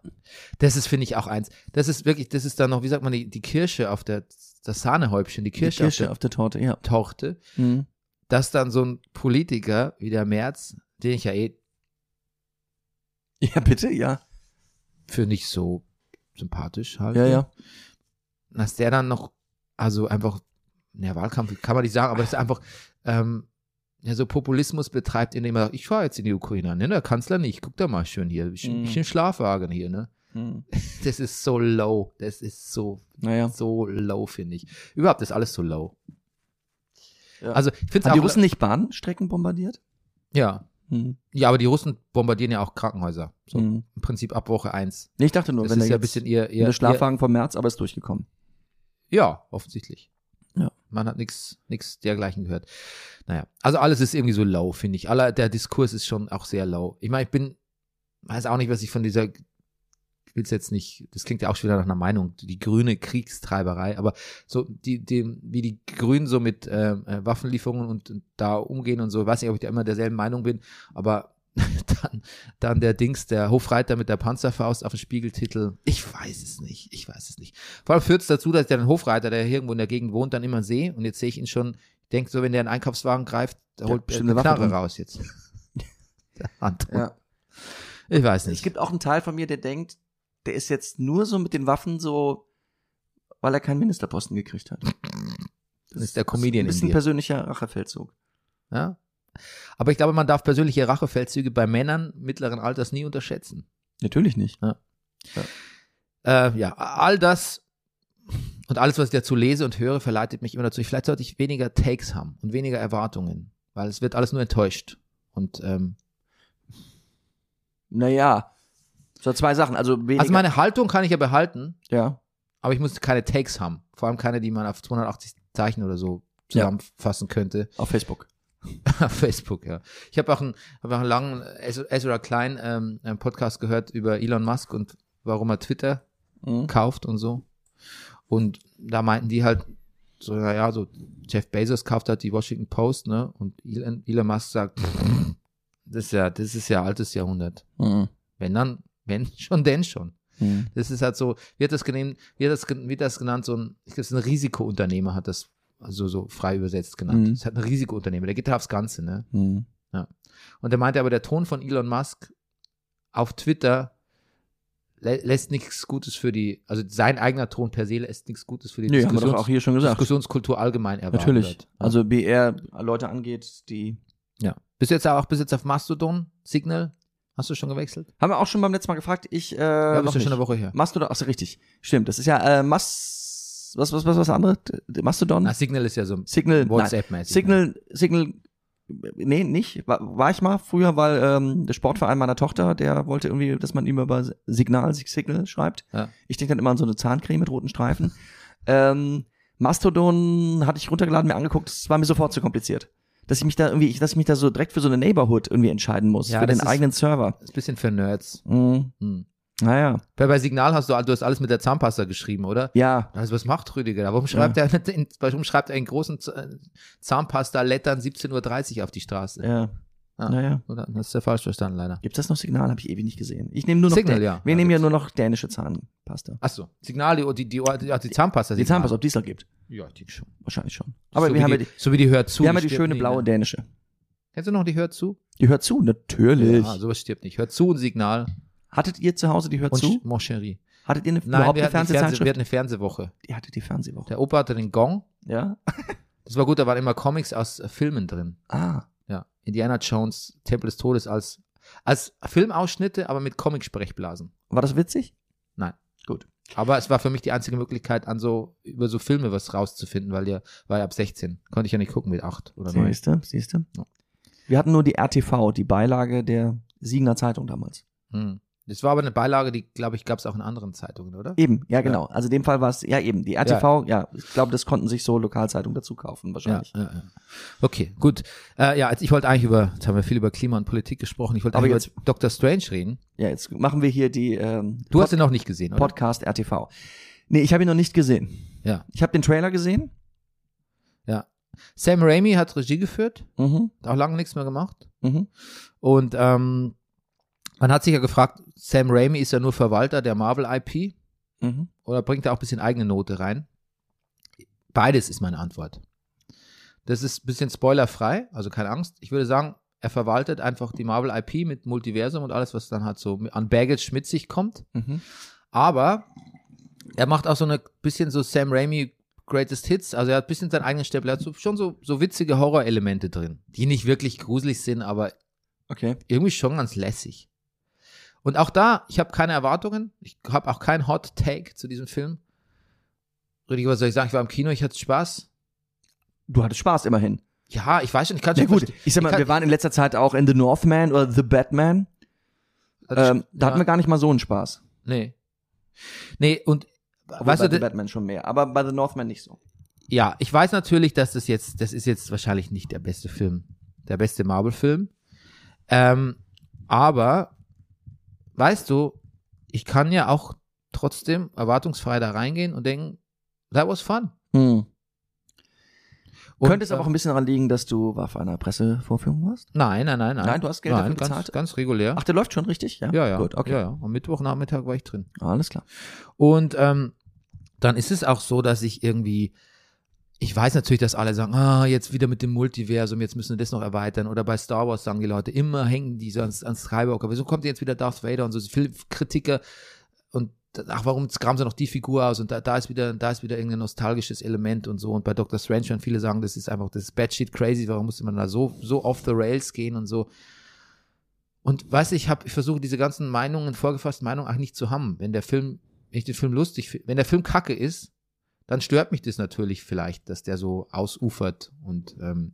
Das ist, finde ich, auch eins. Das ist wirklich, das ist dann noch, wie sagt man, die, die Kirsche auf der, das Sahnehäubchen, die Kirsche, Die Kirsche auf auf der Torte, ja. der Hm. Torte, Mhm. *laughs* dass dann so ein Politiker wie der Merz, den ich ja eh Ja, bitte, ja. für nicht so sympathisch halte, Ja, ja. dass der dann noch, also einfach, ja, Wahlkampf kann man nicht sagen, aber das ist einfach, ähm, ja, so Populismus betreibt, indem er sagt, ich fahre jetzt in die Ukraine, ne, der Kanzler nicht, guck da mal schön hier, ich, Mhm. ich im Schlafwagen hier, ne. Mhm. Das ist so low. Das ist so, Naja. so low, finde ich. Überhaupt ist alles so low. Ja. Also, ich finde es Haben die auch. Russen nicht Bahnstrecken bombardiert? ja. Mhm. ja, aber die Russen bombardieren ja auch Krankenhäuser. So, Mhm. Im Prinzip ab Woche eins. Nee, ich dachte nur, Das wenn Hm. ist da ja ein jetzt bisschen ihr. ihr der Schlafwagen vom März, aber ist durchgekommen. ihr ja, offensichtlich. Ja. Man hat nichts nix dergleichen gehört. Naja, also alles ist irgendwie so low, finde ich. Aller, der Diskurs ist schon auch sehr low. Ich meine, ich bin, weiß auch nicht, was ich von dieser, will es jetzt nicht, das klingt ja auch schon wieder nach einer Meinung, die grüne Kriegstreiberei, aber so, die, die, wie die Grünen so mit ähm, äh, Waffenlieferungen und, und da umgehen und so, weiß nicht, ob ich da immer derselben Meinung bin, aber *laughs* dann, dann der Dings, der Hofreiter mit der Panzerfaust auf den Spiegeltitel, ich weiß es nicht, ich weiß es nicht. Vor allem führt es dazu, dass der den Hofreiter, der hier irgendwo in der Gegend wohnt, dann immer sehe und jetzt sehe ich ihn schon, ich denke so, wenn der einen Einkaufswagen greift, da Ja, holt bestimmt eine eine Waffe Knarre drin. raus jetzt. *laughs* *laughs* Der Anton. Ich weiß Es nicht. gibt auch einen Teil von mir, der denkt, der ist jetzt nur so mit den Waffen so, weil er keinen Ministerposten gekriegt hat. Das ist der Comedian ein in bisschen dir. persönlicher Rachefeldzug. Ja? Aber ich glaube, man darf persönliche Rachefeldzüge bei Männern mittleren Alters nie unterschätzen. Natürlich nicht. Äh, ja, all das und alles, was ich dazu lese und höre, verleitet mich immer dazu. Vielleicht sollte ich weniger Takes haben und weniger Erwartungen, weil es wird alles nur enttäuscht. Und ähm, Naja, so zwei Sachen. Also weniger. also meine Haltung kann ich ja behalten, ja. aber ich muss keine Takes haben. Vor allem keine, die man auf 280 Zeichen oder so Ja. zusammenfassen könnte. Auf Facebook. *laughs* Auf Facebook, ja. Ich habe auch, einen- hab auch einen langen Ezra Klein ähm, einen Podcast gehört über Elon Musk und warum er Twitter Mhm. kauft und so. Und da meinten die halt, so, naja, so Jeff Bezos kauft halt die Washington Post, ne? Und Elon, Elon Musk sagt, *laughs* "Pff, das ist ja, das ist ja altes Jahrhundert. Mhm. Wenn dann, *laughs* wenn schon, denn schon. Mhm. Das ist halt so, wird das genannt, wird das, gen- wird das genannt, so ein, ich glaube, ein Risikounternehmer hat das, also so frei übersetzt genannt. Mhm. Das hat ein Risikounternehmer, der geht da aufs Ganze, ne? Mhm. Und er meinte aber, der Ton von Elon Musk auf Twitter lä lässt nichts Gutes für die, also sein eigener Ton per se lässt nichts Gutes für die Nee, haben wir Diskussions doch auch hier schon gesagt. Diskussionskultur allgemein erwarten. Natürlich. Wird. Also, Also BR Leute angeht, die ja. Bist du jetzt auch bis jetzt auf Mastodon, Signal? Hast du schon gewechselt? haben wir auch schon beim letzten Mal gefragt. Ich äh, ja, noch bist du schon nicht. Hm? eine Woche her. Mastodon, ach so, richtig. Stimmt, das ist ja äh, Mas was was was was andere Mastodon Na, Signal ist ja so ein Signal nein. WhatsApp-mäßig. ne? Signal Signal nee, nicht war, war ich mal früher, weil ähm, der Sportverein meiner Tochter, der wollte irgendwie, dass man ihm über Signal Signal schreibt. Ja. Ich denke dann immer an so eine Zahncreme mit *laughs* roten Streifen. ähm, Mastodon hatte ich runtergeladen, mir angeguckt, es war mir sofort zu kompliziert. Dass ich mich da irgendwie, ich, dass ich mich da so direkt für so eine Neighborhood irgendwie entscheiden muss, Ja, für das den ist- eigenen Server. Ist ein bisschen für Nerds. Mhm. Hm. Naja, Weil bei Signal hast du, du hast alles mit der Zahnpasta geschrieben, oder? ja, Also was macht Rüdiger? da? Warum schreibt er mit den, warum schreibt er in großen Z- Zahnpasta-Lettern 17.30 Uhr auf die Straße? ja, Ah. naja. Oder? Das ist ja falsch verstanden, leider. Gibt das noch Signal? Habe ich ewig nicht gesehen. Ich nehme nur noch Signal, Dän- ja. Wir Ja, nehmen ja gibt's. nur noch dänische Zahnpasta. Achso, Signal, die, die, die, die, die Zahnpasta. Die Zahnpasta, ob die es noch gibt. Ja, die schon. Wahrscheinlich schon. Aber so wir wie haben ja die, die, so wie die Hört zu. wir haben ja die stirbt schöne nie, blaue Ne? dänische. Kennst du noch die Hört zu? Die hört zu, natürlich. Ja, sowas stirbt nicht. Hört zu und Signal. Hattet ihr zu Hause die hört Und zu? Mon Chéri. Hattet ihr eine, Nein, überhaupt wir hatten, eine eine Fernseh, wir Fernsehzeitschrift? hatten eine Fernsehwoche. Ihr hattet die Fernsehwoche. Der Opa hatte den Gong. Ja. Das war gut, da waren immer Comics aus äh, Filmen drin. Ah, Ja. Indiana Jones, Tempel des Todes als, als Filmausschnitte, aber mit Comic-Sprechblasen. war das witzig? Aber es war für mich die einzige Möglichkeit, an so, über so Filme was rauszufinden, weil ja, weil ab 16 konnte ich ja nicht gucken mit 8 oder 9. Siehste, siehste. Ja. Wir hatten nur die RTV, die Beilage der Siegener Zeitung damals. Hm. Das war aber eine Beilage, die, glaube ich, gab es auch in anderen Zeitungen, oder? Eben, ja genau. Also in dem Fall war es, ja eben, die RTV, ja, ich glaube, das konnten sich so Lokalzeitungen dazu kaufen Ja, wahrscheinlich. ja, ja. Okay, gut. Äh, ja, also ich wollte eigentlich über, jetzt haben wir viel über Klima und Politik gesprochen. Ich wollte Aber eigentlich jetzt- über Dr. Strange reden. Ja, jetzt machen wir hier die ähm, Du hast ihn noch nicht gesehen, oder? Podcast RTV. Nee, ich habe ihn noch nicht gesehen. Ja, Ich habe den Trailer gesehen. ja. Sam Raimi hat Regie geführt, Mhm. hat auch lange nichts mehr gemacht. Mhm. Und ähm, man hat sich ja gefragt, Sam Raimi ist ja nur Verwalter der Marvel-IP Mhm. oder bringt er auch ein bisschen eigene Note rein? Beides ist meine Antwort. Das ist ein bisschen spoilerfrei, also keine Angst. Ich würde sagen, er verwaltet einfach die Marvel-IP mit Multiversum und alles, was dann halt so an Baggage mit sich kommt. Mhm. Aber er macht auch so eine bisschen so Sam Raimi Greatest Hits. Also er hat ein bisschen seinen eigenen Stempel. Er hat so, schon so, so witzige Horror-Elemente drin, die nicht wirklich gruselig sind, aber Okay. irgendwie schon ganz lässig. Und auch da, ich habe keine Erwartungen. Ich habe auch keinen Hot Take zu diesem Film. Rüdiger, was soll ich sagen? Ich war im Kino, ich hatte Spaß. Du hattest Spaß immerhin. Ja, ich weiß schon, ich kann Ja schon gut, verstehen. ich sag mal, kann- wir waren in letzter Zeit auch in The Northman oder The Batman. Also, Ähm, da hatten wir gar nicht mal so einen Spaß. Nee. Nee, und Obwohl weißt bei du, The da- Batman schon mehr, aber bei The Northman nicht so. ja, ich weiß natürlich, dass das jetzt, das ist jetzt wahrscheinlich nicht der beste Film, der beste Marvel-Film. Ähm, aber, weißt du, ich kann ja auch trotzdem erwartungsfrei da reingehen und denken, that was fun. Hm. Und, Könnte es aber äh, auch ein bisschen daran liegen, dass du auf einer Pressevorführung warst? Nein, nein, nein, nein. Nein, du hast Geld nein, dafür ganz, bezahlt? Ganz regulär. Ach, der läuft schon richtig? ja, ja. Gut, okay. ja, ja. Am Mittwochnachmittag war ich drin. Alles klar. Und ähm, dann ist es auch so, dass ich irgendwie, ich weiß natürlich, dass alle sagen, ah, jetzt wieder mit dem Multiversum, jetzt müssen wir das noch erweitern. Oder bei Star Wars sagen die Leute, immer hängen die so ans, ans Skywalker. Wieso kommt jetzt wieder Darth Vader und so viele Kritiker und ach, warum graben sie noch die Figur aus und da, da ist wieder, da ist wieder irgendein nostalgisches Element und so. Und bei Dr. Strange werden viele sagen, das ist einfach das ist Batshit crazy, warum musste man da so, so off the rails gehen und so. Und weißt du, ich habe, ich versuche diese ganzen Meinungen, vorgefassten Meinungen auch nicht zu haben. Wenn der Film, wenn ich den Film lustig finde, wenn der Film kacke ist, dann stört mich das natürlich vielleicht, dass der so ausufert und ähm,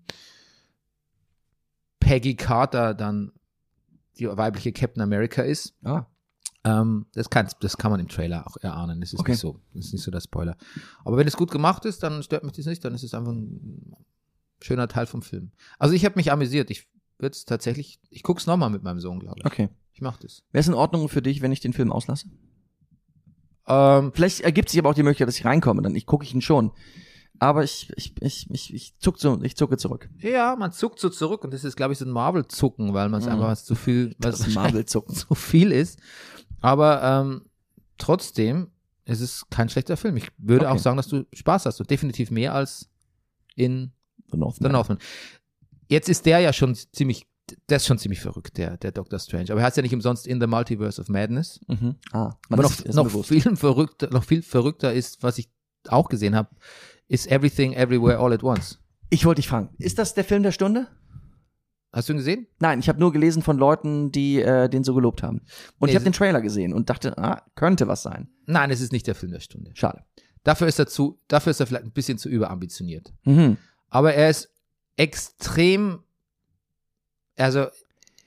Peggy Carter dann die weibliche Captain America ist. Ah. Ähm, das, kann, das kann man im Trailer auch erahnen. Das ist Okay. nicht so. Das ist nicht so der Spoiler. Aber wenn es gut gemacht ist, dann stört mich das nicht. Dann ist es einfach ein schöner Teil vom Film. Also ich habe mich amüsiert. Ich würde es tatsächlich. Ich guck's nochmal mit meinem Sohn, glaube ich. Okay. Ich mache das. Wäre es in Ordnung für dich, wenn ich den Film auslasse? Ähm, Vielleicht ergibt sich aber auch die Möglichkeit, dass ich reinkomme, dann ich gucke ich ihn schon. Aber ich, ich, ich, ich, ich, zuck so, ich zucke zurück. ja, man zuckt so zurück und das ist, glaube ich, so ein Marvel-Zucken, weil man es Mhm. einfach was zu viel, weil *laughs* es *laughs* Marvel-Zucken. so viel ist. Aber ähm, trotzdem es ist kein schlechter Film. Ich würde Okay. auch sagen, dass du Spaß hast und definitiv mehr als in The Northman. The Northman. Jetzt ist der ja schon ziemlich, der ist schon ziemlich verrückt, der, der Doctor Strange. Aber er heißt ja nicht umsonst in the Multiverse of Madness. Mhm. Ah, Aber noch, das ist mir noch, bewusst. viel verrückter, noch viel verrückter ist, was ich auch gesehen habe, ist Everything Everywhere All at Once. Ich wollte dich fragen, ist das der Film der Stunde? Hast du ihn gesehen? Nein, ich habe nur gelesen von Leuten, die äh, den so gelobt haben. Und Nee, ich habe sie- den Trailer gesehen und dachte, ah, könnte was sein. Nein, es ist nicht der Film der Stunde. Schade. Dafür ist er zu, dafür ist er vielleicht ein bisschen zu überambitioniert. Mhm. Aber er ist extrem, also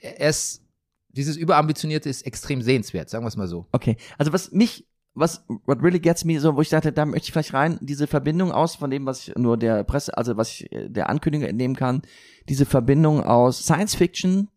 er ist, dieses Überambitionierte ist extrem sehenswert, sagen wir es mal so. Okay, also was mich, was what really gets me so, wo ich dachte, da möchte ich vielleicht rein, diese Verbindung aus von dem, was ich nur der Presse, also was ich äh, der Ankündigung entnehmen kann, diese Verbindung aus Science Fiction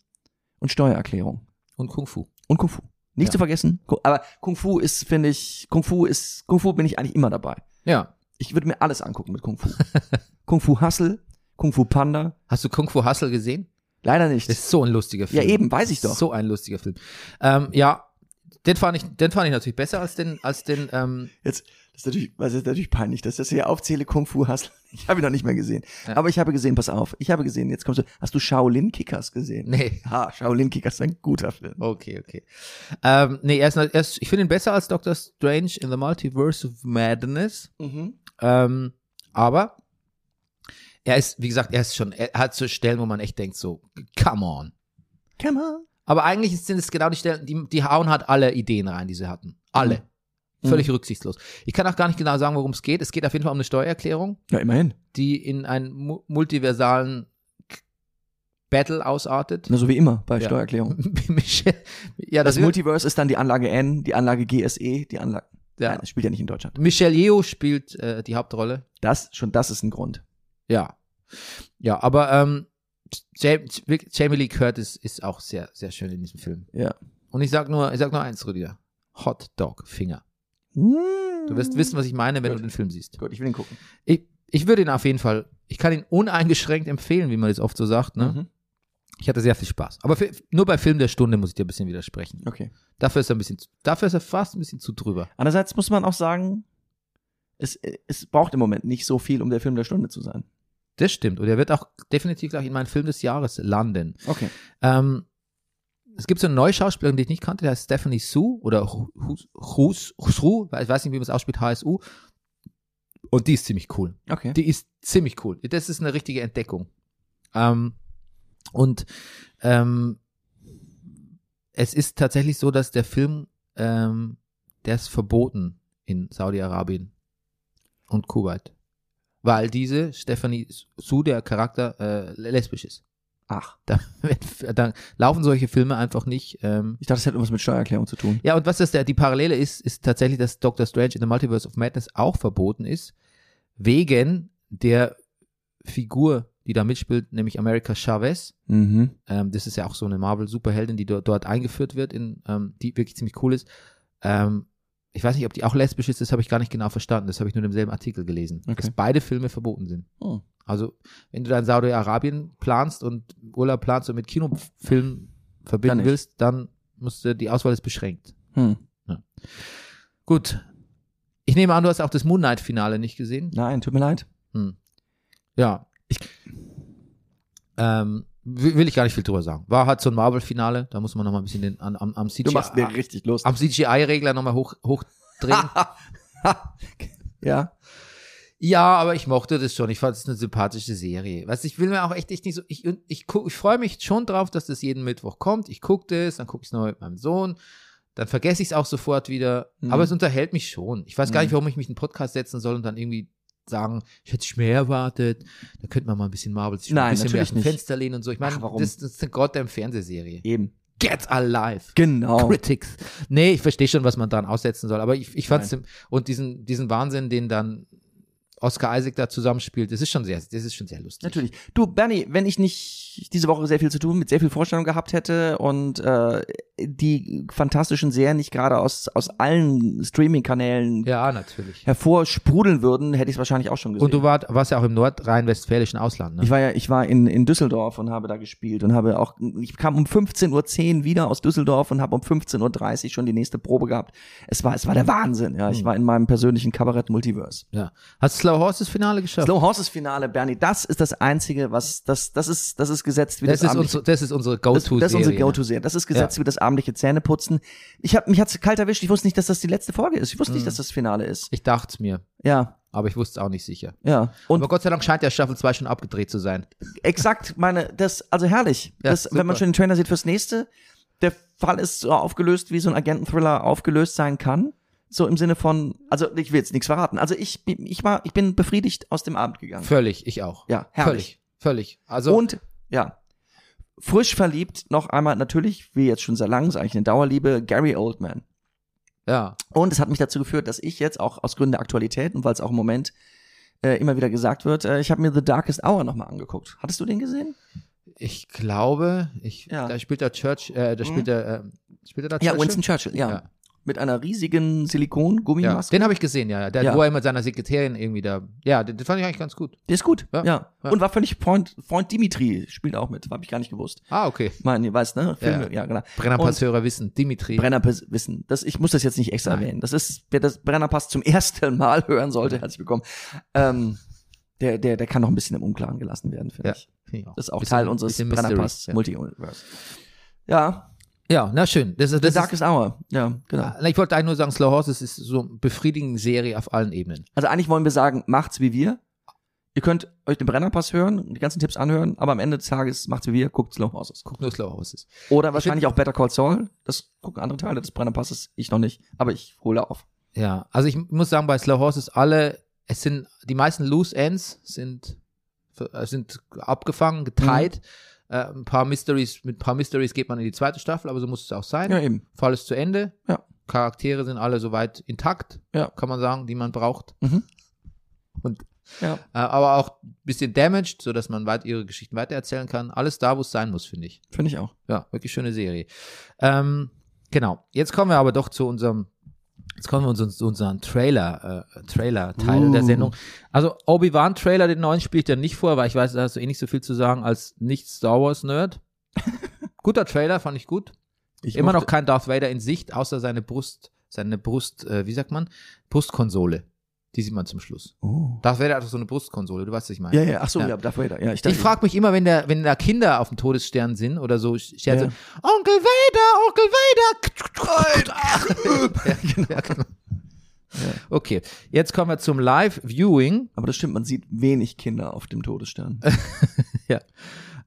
und Steuererklärung Und Kung Fu. und Kung Fu. Nicht Ja. zu vergessen, Ku- aber Kung Fu ist, finde ich, Kung Fu ist, Kung Fu bin ich eigentlich immer dabei. Ja. Ich würde mir alles angucken mit Kung Fu. *laughs* Kung Fu Hustle, Kung Fu Panda, Hast du Kung Fu Hustle gesehen? leider nicht. Das ist so ein lustiger Film. Ja, eben, weiß ich doch. So ein lustiger Film. Ähm, ja, den fand, ich, den fand ich natürlich besser als den, als den, ähm, Jetzt, das ist natürlich, das ist natürlich peinlich, dass ich das hier aufzähle, Kung Fu Hustle. *laughs* Ich habe ihn noch nicht mehr gesehen. Ja. Aber ich habe gesehen, pass auf, ich habe gesehen, jetzt kommst du, hast du Shaolin Kickers gesehen? nee. *laughs* Ha, Shaolin Kickers ist ein guter Film. Okay, okay. Ähm, nee, er ist, er ist, ich finde ihn besser als Doctor Strange in the Multiverse of Madness. Mhm. Ähm, aber er ist, wie gesagt, er ist schon, er hat so Stellen, wo man echt denkt, so, come on. Come on. Aber eigentlich sind es genau die Stellen, die, die hauen halt alle Ideen rein, die sie hatten. Alle. Mhm. Völlig rücksichtslos. Ich kann auch gar nicht genau sagen, worum es geht. Es geht auf jeden Fall um eine Steuererklärung. Ja, immerhin. die in einen mu multiversalen K- Battle ausartet. Na, so wie immer bei Ja. Steuererklärung. *laughs* Michel- ja, Ne. Das das, Multiverse ist dann die Anlage N, die Anlage GSE, die Anlage. Ja. Nein, das spielt ja nicht in Deutschland. Michelle Yeoh spielt äh, die Hauptrolle. Das, schon das ist ein Grund. Ja. Ja, aber ähm, James, Jamie Lee Curtis ist auch sehr, sehr schön in diesem Film. Ja. Und ich sag nur, ich sag nur eins, Rüdiger. Hot Dog Finger. Du Du wirst wissen, was ich meine, wenn Gut. du den Film siehst. Gut, ich will ihn gucken. Ich, ich würde ihn auf jeden Fall, ich kann ihn uneingeschränkt empfehlen, wie man das oft so sagt. Ne? Mhm. Ich hatte sehr viel Spaß. Aber für, nur bei Film der Stunde muss ich dir ein bisschen widersprechen. Okay. Dafür ist er ein bisschen, zu- dafür ist er fast ein bisschen zu drüber. Andererseits muss man auch sagen, es, es braucht im Moment nicht so viel, um der Film der Stunde zu sein. Das stimmt. Und er wird auch definitiv gleich in meinen Film des Jahres landen. Okay. Ähm, es gibt so eine neue Schauspielerin, die ich nicht kannte, die heißt Stephanie Su oder Hu- Hu- Hus, Husru, ich weiß nicht, wie man es ausspricht, HSU. Und die ist ziemlich cool. Okay. Die ist ziemlich cool. Das ist eine richtige Entdeckung. Ähm, und ähm, es ist tatsächlich so, dass der Film, ähm, der ist verboten in Saudi-Arabien und Kuwait. Weil diese Stephanie Su, der Charakter, äh, lesbisch ist. Ach. Da, dann laufen solche Filme einfach nicht. Ähm. Ich dachte, es hätte irgendwas mit Steuererklärung zu tun. Ja, und was das der, die Parallele ist, ist tatsächlich, dass Doctor Strange in the Multiverse of Madness auch verboten ist, wegen der Figur, die da mitspielt, nämlich America Chavez. Mhm. Ähm, das ist ja auch so eine Marvel-Superheldin, die do, dort eingeführt wird, in, ähm, die wirklich ziemlich cool ist. Ähm, ich weiß nicht, ob die auch lesbisch ist, das habe ich gar nicht genau verstanden. Das habe ich nur in demselben Artikel gelesen, Okay. dass beide Filme verboten sind. Oh. Also, wenn du dann Saudi-Arabien planst und Urlaub planst und mit Kinofilmen Dann verbinden nicht. willst, dann musst du, die Auswahl ist beschränkt. Hm. Gut. Ich nehme an, du hast auch das Moon Knight-Finale nicht gesehen. Nein, tut mir leid. Hm. Ja. ähm, will will ich gar nicht viel drüber sagen. War halt so ein Marvel-Finale, da muss man nochmal ein bisschen den, am, am, am Du machst mir CGI, richtig Lust. am CGI-Regler nochmal hoch, *laughs* hochdrehen. Ja. Ja, aber ich mochte das schon. Ich fand es eine sympathische Serie. Weißt, du, ich will mir auch echt nicht so. Ich, und ich, guck- ich freue mich schon drauf, dass das jeden Mittwoch kommt. Ich gucke das, dann gucke ich es noch mit meinem Sohn. Dann vergesse ich es auch sofort wieder. Mhm. Aber es unterhält mich schon. Ich weiß gar Mhm. nicht, warum ich mich in einen Podcast setzen soll und dann irgendwie sagen, ich hätte es mehr erwartet. Da könnte man mal ein bisschen Marvel sich schon Nein, ein bisschen mehr aus natürlich dem nicht. Fenster lehnen und so. Ich meine, Ach, warum? das, das ist eine goddamn Fernsehserie. Eben. Get Alive! Genau. Critics. Nee, ich verstehe schon, was man daran aussetzen soll, aber ich, ich fand's dem- und diesen, diesen Wahnsinn, den dann Oscar Isaac da zusammenspielt, das ist schon sehr, das ist schon sehr lustig. Natürlich. Du, Bernie, wenn ich nicht diese Woche sehr viel zu tun, mit sehr viel Vorstellung gehabt hätte und äh, die fantastischen Serien nicht gerade aus, aus allen Streaming-Kanälen Ja, natürlich. hervorsprudeln würden, hätte ich es wahrscheinlich auch schon gesehen. Und du wart, warst ja auch im nordrhein-westfälischen Ausland, ne? ich war ja, ich war in, in Düsseldorf und habe da gespielt und habe auch, ich kam um 15.10 Uhr wieder aus Düsseldorf und habe um 15.30 Uhr schon die nächste Probe gehabt. Es war, es war der Wahnsinn, ja. Ich Hm. war in meinem persönlichen Kabarett-Multiverse. ja. Hast du Slow Horses Finale geschafft? Slow Horses Finale, Bernie, das ist das einzige, was, das, das ist, das ist gesetzt wie das, das, ist abendliche- unsere, das ist unsere Das, Go-To-Serie. das ist unsere ne? Go-To-Serie. Das ist gesetzt wie das abendliche Zähneputzen. Ich hab, mich hat's kalt erwischt. Ich wusste nicht, dass das die letzte Folge ist. Ich wusste Hm. nicht, dass das Finale ist. Ich dachte mir, Ja, aber ich wusste es auch nicht sicher. ja. Und aber Gott sei Dank scheint ja Staffel 2 schon abgedreht zu sein. exakt meine, das, also herrlich. Ja, das, wenn man super. schon den Trainer sieht fürs nächste, der Fall ist so aufgelöst, wie so ein Agenten-Thriller aufgelöst sein kann. So im Sinne von, also ich will jetzt nichts verraten. Also ich, bin- ich war, ich bin befriedigt aus dem Abend gegangen. Völlig, ich auch. Ja, herrlich. Völlig, völlig. Also, Und ja, frisch verliebt noch einmal natürlich, wie jetzt schon sehr lang, ist eigentlich eine Dauerliebe, Gary Oldman. ja. Und es hat mich dazu geführt, dass ich jetzt auch aus Gründen der Aktualität und weil es auch im Moment äh, immer wieder gesagt wird, äh, ich habe mir The Darkest Hour nochmal angeguckt. Hattest du den gesehen? Ich glaube, ich, Ja. Mhm. da spielt der Church, äh, da spielt der, ähm, spielt der da Ja, Churchill? Winston Churchill, ja. Ja. Mit einer riesigen Ja, Silikon-Gummimaske. den habe ich gesehen, ja. ja. Der, Ja. Wo er mit seiner Sekretärin irgendwie da. Ja, den, den fand ich eigentlich ganz gut. Der ist gut, ja. Ja, ja. Und war völlig Freund, Freund Dimitri spielt auch mit, habe ich gar nicht gewusst. Ah, *laughs* okay. Ich meine, ihr weißt, ne? Filme, ja, genau. Brennerpasshörer wissen, Dimitri. Brennerpass wissen. Das, ich muss das jetzt nicht extra erwähnen. Das ist, wer das Brennerpass zum *laughs* ersten Mal hören sollte, herzlich willkommen. Ähm, der, der, der kann noch ein bisschen im Unklaren gelassen werden, finde ja. ich. Ja. Das ist auch Bisschen- Teil unseres bisschen Mystery, Brennerpass Ja. Multiverse. Ja, ja, na schön. Das, ist- The das ist, Darkest Hour. Ja, genau. na, ich wollte eigentlich nur sagen, Slow Horses ist so eine befriedigende Serie auf allen Ebenen. Also eigentlich wollen wir sagen, macht's wie wir. Ihr könnt euch den Brennerpass hören, die ganzen Tipps anhören, aber am Ende des Tages macht's wie wir, guckt Slow Horses. Guck nur Slow Horses. Oder wahrscheinlich auch Better Call Saul. Das gucken andere Teile des Brennerpasses. Ich noch nicht, aber ich hole auf. Ja, also ich muss sagen, bei Slow Horses alle, es äh, Mhm. sind die meisten Loose Ends sind, sind abgefangen, geteilt. Äh, ein paar Mysteries, mit ein paar Mysteries geht man in die zweite Staffel, aber so muss es auch sein. Ja, eben. Fall ist zu Ende. Ja. Charaktere sind alle soweit intakt, Ja. kann man sagen, die man braucht. Mhm. Und, Ja. äh, aber auch ein bisschen damaged, sodass man weit ihre Geschichten weitererzählen kann. Alles da, wo es sein muss, finde ich. Finde ich auch. Ja, wirklich schöne Serie. Ähm, genau. Jetzt kommen wir aber doch zu unserem, jetzt kommen wir zu, zu unserem Trailer, äh, Trailer-Teil Uh. der Sendung. Also Obi-Wan-Trailer, den neuen spiele ich dann nicht vor, weil ich weiß, da hast du eh nicht so viel zu sagen als nicht-Star *laughs* Wars-Nerd. Guter Trailer, fand ich gut. Ich Immer noch mochte- kein Darth Vader in Sicht, außer seine Brust, seine Brust, äh, wie sagt man? Brustkonsole. Die sieht man zum Schluss. Oh. Darth Vader hat doch so eine Brustkonsole, du weißt, was ich meine. Ja, ja, ach so, Ja. ja, Darth Vader. Ja, ich Ich dachte, frage mich immer, wenn, der, wenn da Kinder auf dem Todesstern sind oder so, ich ich scherze, Ja. Onkel Vader, Onkel Vader. *laughs* ja, genau. *laughs* Ja, genau. Okay, jetzt kommen wir zum Live-Viewing. aber das stimmt, man sieht wenig Kinder auf dem Todesstern.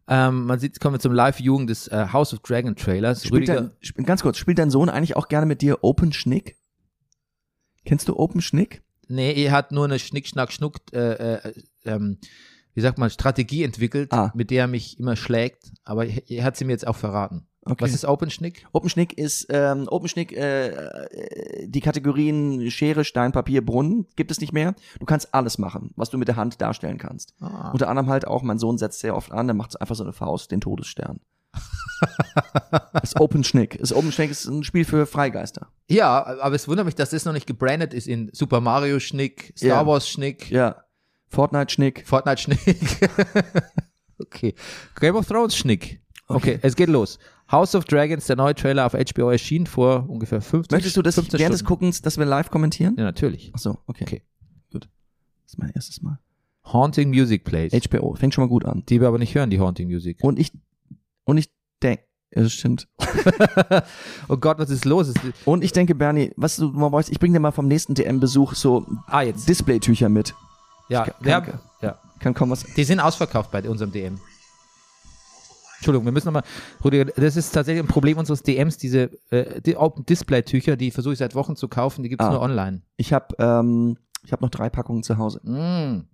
Ähm, man sieht, kommen wir zum Live-Viewing des äh, House of Dragon Trailers. Spielt Rüdiger- dein, sp- ganz kurz, spielt dein Sohn eigentlich auch gerne mit dir Open Schnick? Kennst du Open Schnick? Nee, er hat nur eine Schnick, Schnack, Schnuck, äh, äh, ähm, wie sagt man, Strategie entwickelt, Ah. mit der er mich immer schlägt. Aber er er hat sie mir jetzt auch verraten. Okay. Was ist Open Schnick? Open Schnick ist ähm, Open Schnick äh, äh, die Kategorien Schere, Stein, Papier, Brunnen gibt es nicht mehr. Du kannst alles machen, was du mit der Hand darstellen kannst. Ah. Unter anderem halt auch, mein Sohn setzt sehr oft an, der macht einfach so eine Faust, *laughs* den Todesstern. ist Open Schnick. Ist Open Schnick ist ein Spiel für Freigeister. Ja, aber es wundert mich, dass das noch nicht gebrandet ist in Super Mario Schnick, Star Ja. Wars Schnick, Ja. Fortnite Schnick. Fortnite Schnick. *laughs* okay. Game of Thrones Schnick. Okay. Okay. es geht los. House of Dragons, der neue Trailer auf HBO erschien vor ungefähr 15 Möchtest du das 15 während des Stunden. Guckens, dass wir live kommentieren? Ja, natürlich. Ach so, okay. Okay. Gut. Das ist mein erstes Mal. Haunting Music Plays. HBO, fängt schon mal gut an. die wir aber nicht hören, die Haunting Music. Und ich, und ich denke, das stimmt. oh Gott, was ist los? Es- Und ich denke, Bernie, was du mal weißt, ich bring dir mal vom nächsten DM-Besuch so Ah, jetzt. Displaytücher mit. Ja, Danke. wir haben, ja. Kann kaum was. Die sind ausverkauft bei unserem DM. Entschuldigung, wir müssen nochmal, Rüdiger, das ist tatsächlich ein Problem unseres DMs, diese äh, die Open Display-Tücher, die versuche ich seit Wochen zu kaufen, die gibt es Ah. nur online. Ich habe ähm, ich hab noch drei Packungen zu Hause. Mm.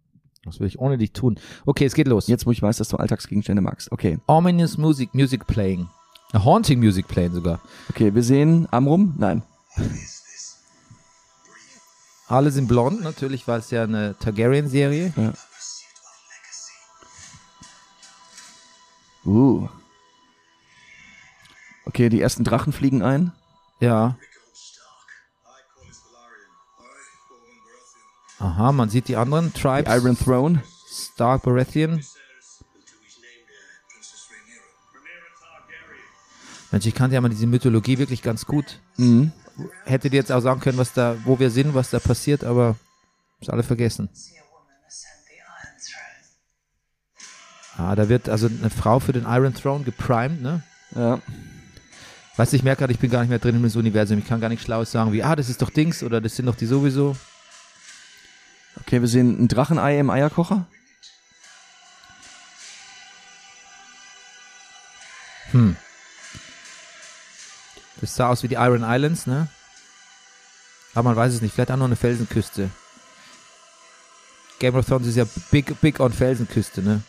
Was will ich ohne dich tun? Okay, es geht los. Jetzt, wo ich weiß, dass du Alltagsgegenstände magst. Okay, Ominous Music, Music Playing. A Haunting Music Playing sogar. okay, wir sehen Amrum. Nein. Alle sind blond, natürlich, weil es ja eine Targaryen-Serie. Ja. Uh. Okay, die ersten Drachen fliegen ein. Ja. Aha, man sieht die anderen Die Tribes. Iron Throne. Stark Baratheon. Mensch, ich kannte ja mal diese Mythologie wirklich ganz gut. Mhm. Hättet ihr jetzt auch sagen können, was da, wo wir sind, was da passiert, aber ist alle vergessen. see a woman ascend the Iron Throne. Ah, da wird also eine Frau für den Iron Throne geprimed, ne? Ja. Weißt du, ich merke gerade, ich bin gar nicht mehr drin im Universum. Ich kann gar nichts Schlaues sagen wie, ah, das ist doch Dings oder das sind doch die sowieso. Okay, wir sehen ein Drachenei im Eierkocher. Das sah aus wie die Iron Islands, ne? Aber man weiß es nicht. Vielleicht auch nur eine Felsenküste. Game of Thrones ist ja big, big on Felsenküste, ne?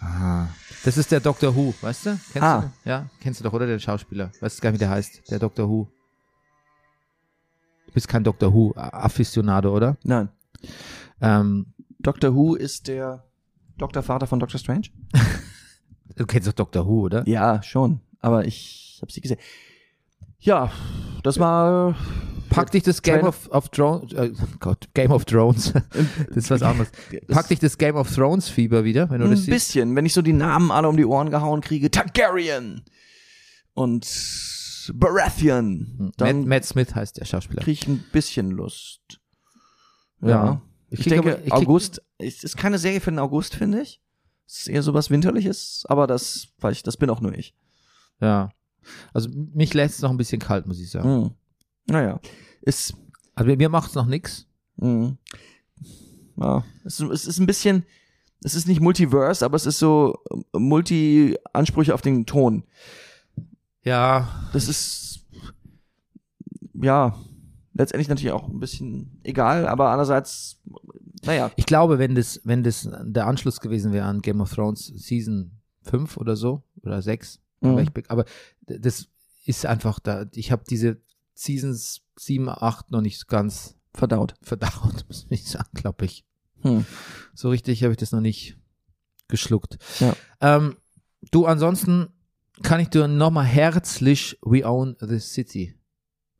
Aha. Das ist der Doctor Who, weißt du? Kennst Ah. du? Ja, kennst du doch, oder? Den Schauspieler. Weißt du gar nicht, wie der heißt? Der Doctor Who. Du bist kein Doctor Who-Afficionado, oder? Nein. Ähm, Doctor Who ist der Doktorvater von Doctor Strange? du kennst doch Doctor Who, oder? Ja, schon. Aber ich habe sie gesehen. Ja, das war. Pack dich das Game Trailer- of, of Thrones, äh, *laughs* Gott, Game of *laughs* Thrones, das ist was anderes. Das- Pack dich das Game of Thrones Fieber wieder, wenn du ein das siehst. bisschen, wenn ich so die Namen alle um die Ohren gehauen kriege. Targaryen und Baratheon. Hm, Matt, Dann Matt Smith heißt der Schauspieler. kriege ich ein bisschen Lust. Ja. Ja. Ich, krieg denke, aber- ich krieg- August es ist keine Serie für den August, finde ich. Es ist eher sowas Winterliches, aber das, weiß ich, das bin auch nur ich. Ja. Also mich lässt es noch ein bisschen kalt, muss ich sagen. Hm. Naja, ist Also mir macht es noch nichts. Mhm. Ja. Es, ist- es ist ein bisschen, es ist nicht Multiverse, aber es ist so äh, Multi-Ansprüche auf den Ton. Ja. Das ist, ja, letztendlich natürlich auch ein bisschen egal, aber andererseits Naja, Ich glaube, wenn das, wenn das der Anschluss gewesen wäre an Game of Thrones Season 5 oder so oder 6, Mhm. aber, ich, be- aber d- das ist einfach da. Ich habe diese Seasons 7, 8 noch nicht ganz verdaut. verdaut, *laughs* muss ich sagen, glaube ich. Hm. So richtig habe ich das noch nicht geschluckt. Ja. Ähm, du, ansonsten kann ich dir nochmal herzlich We Own the City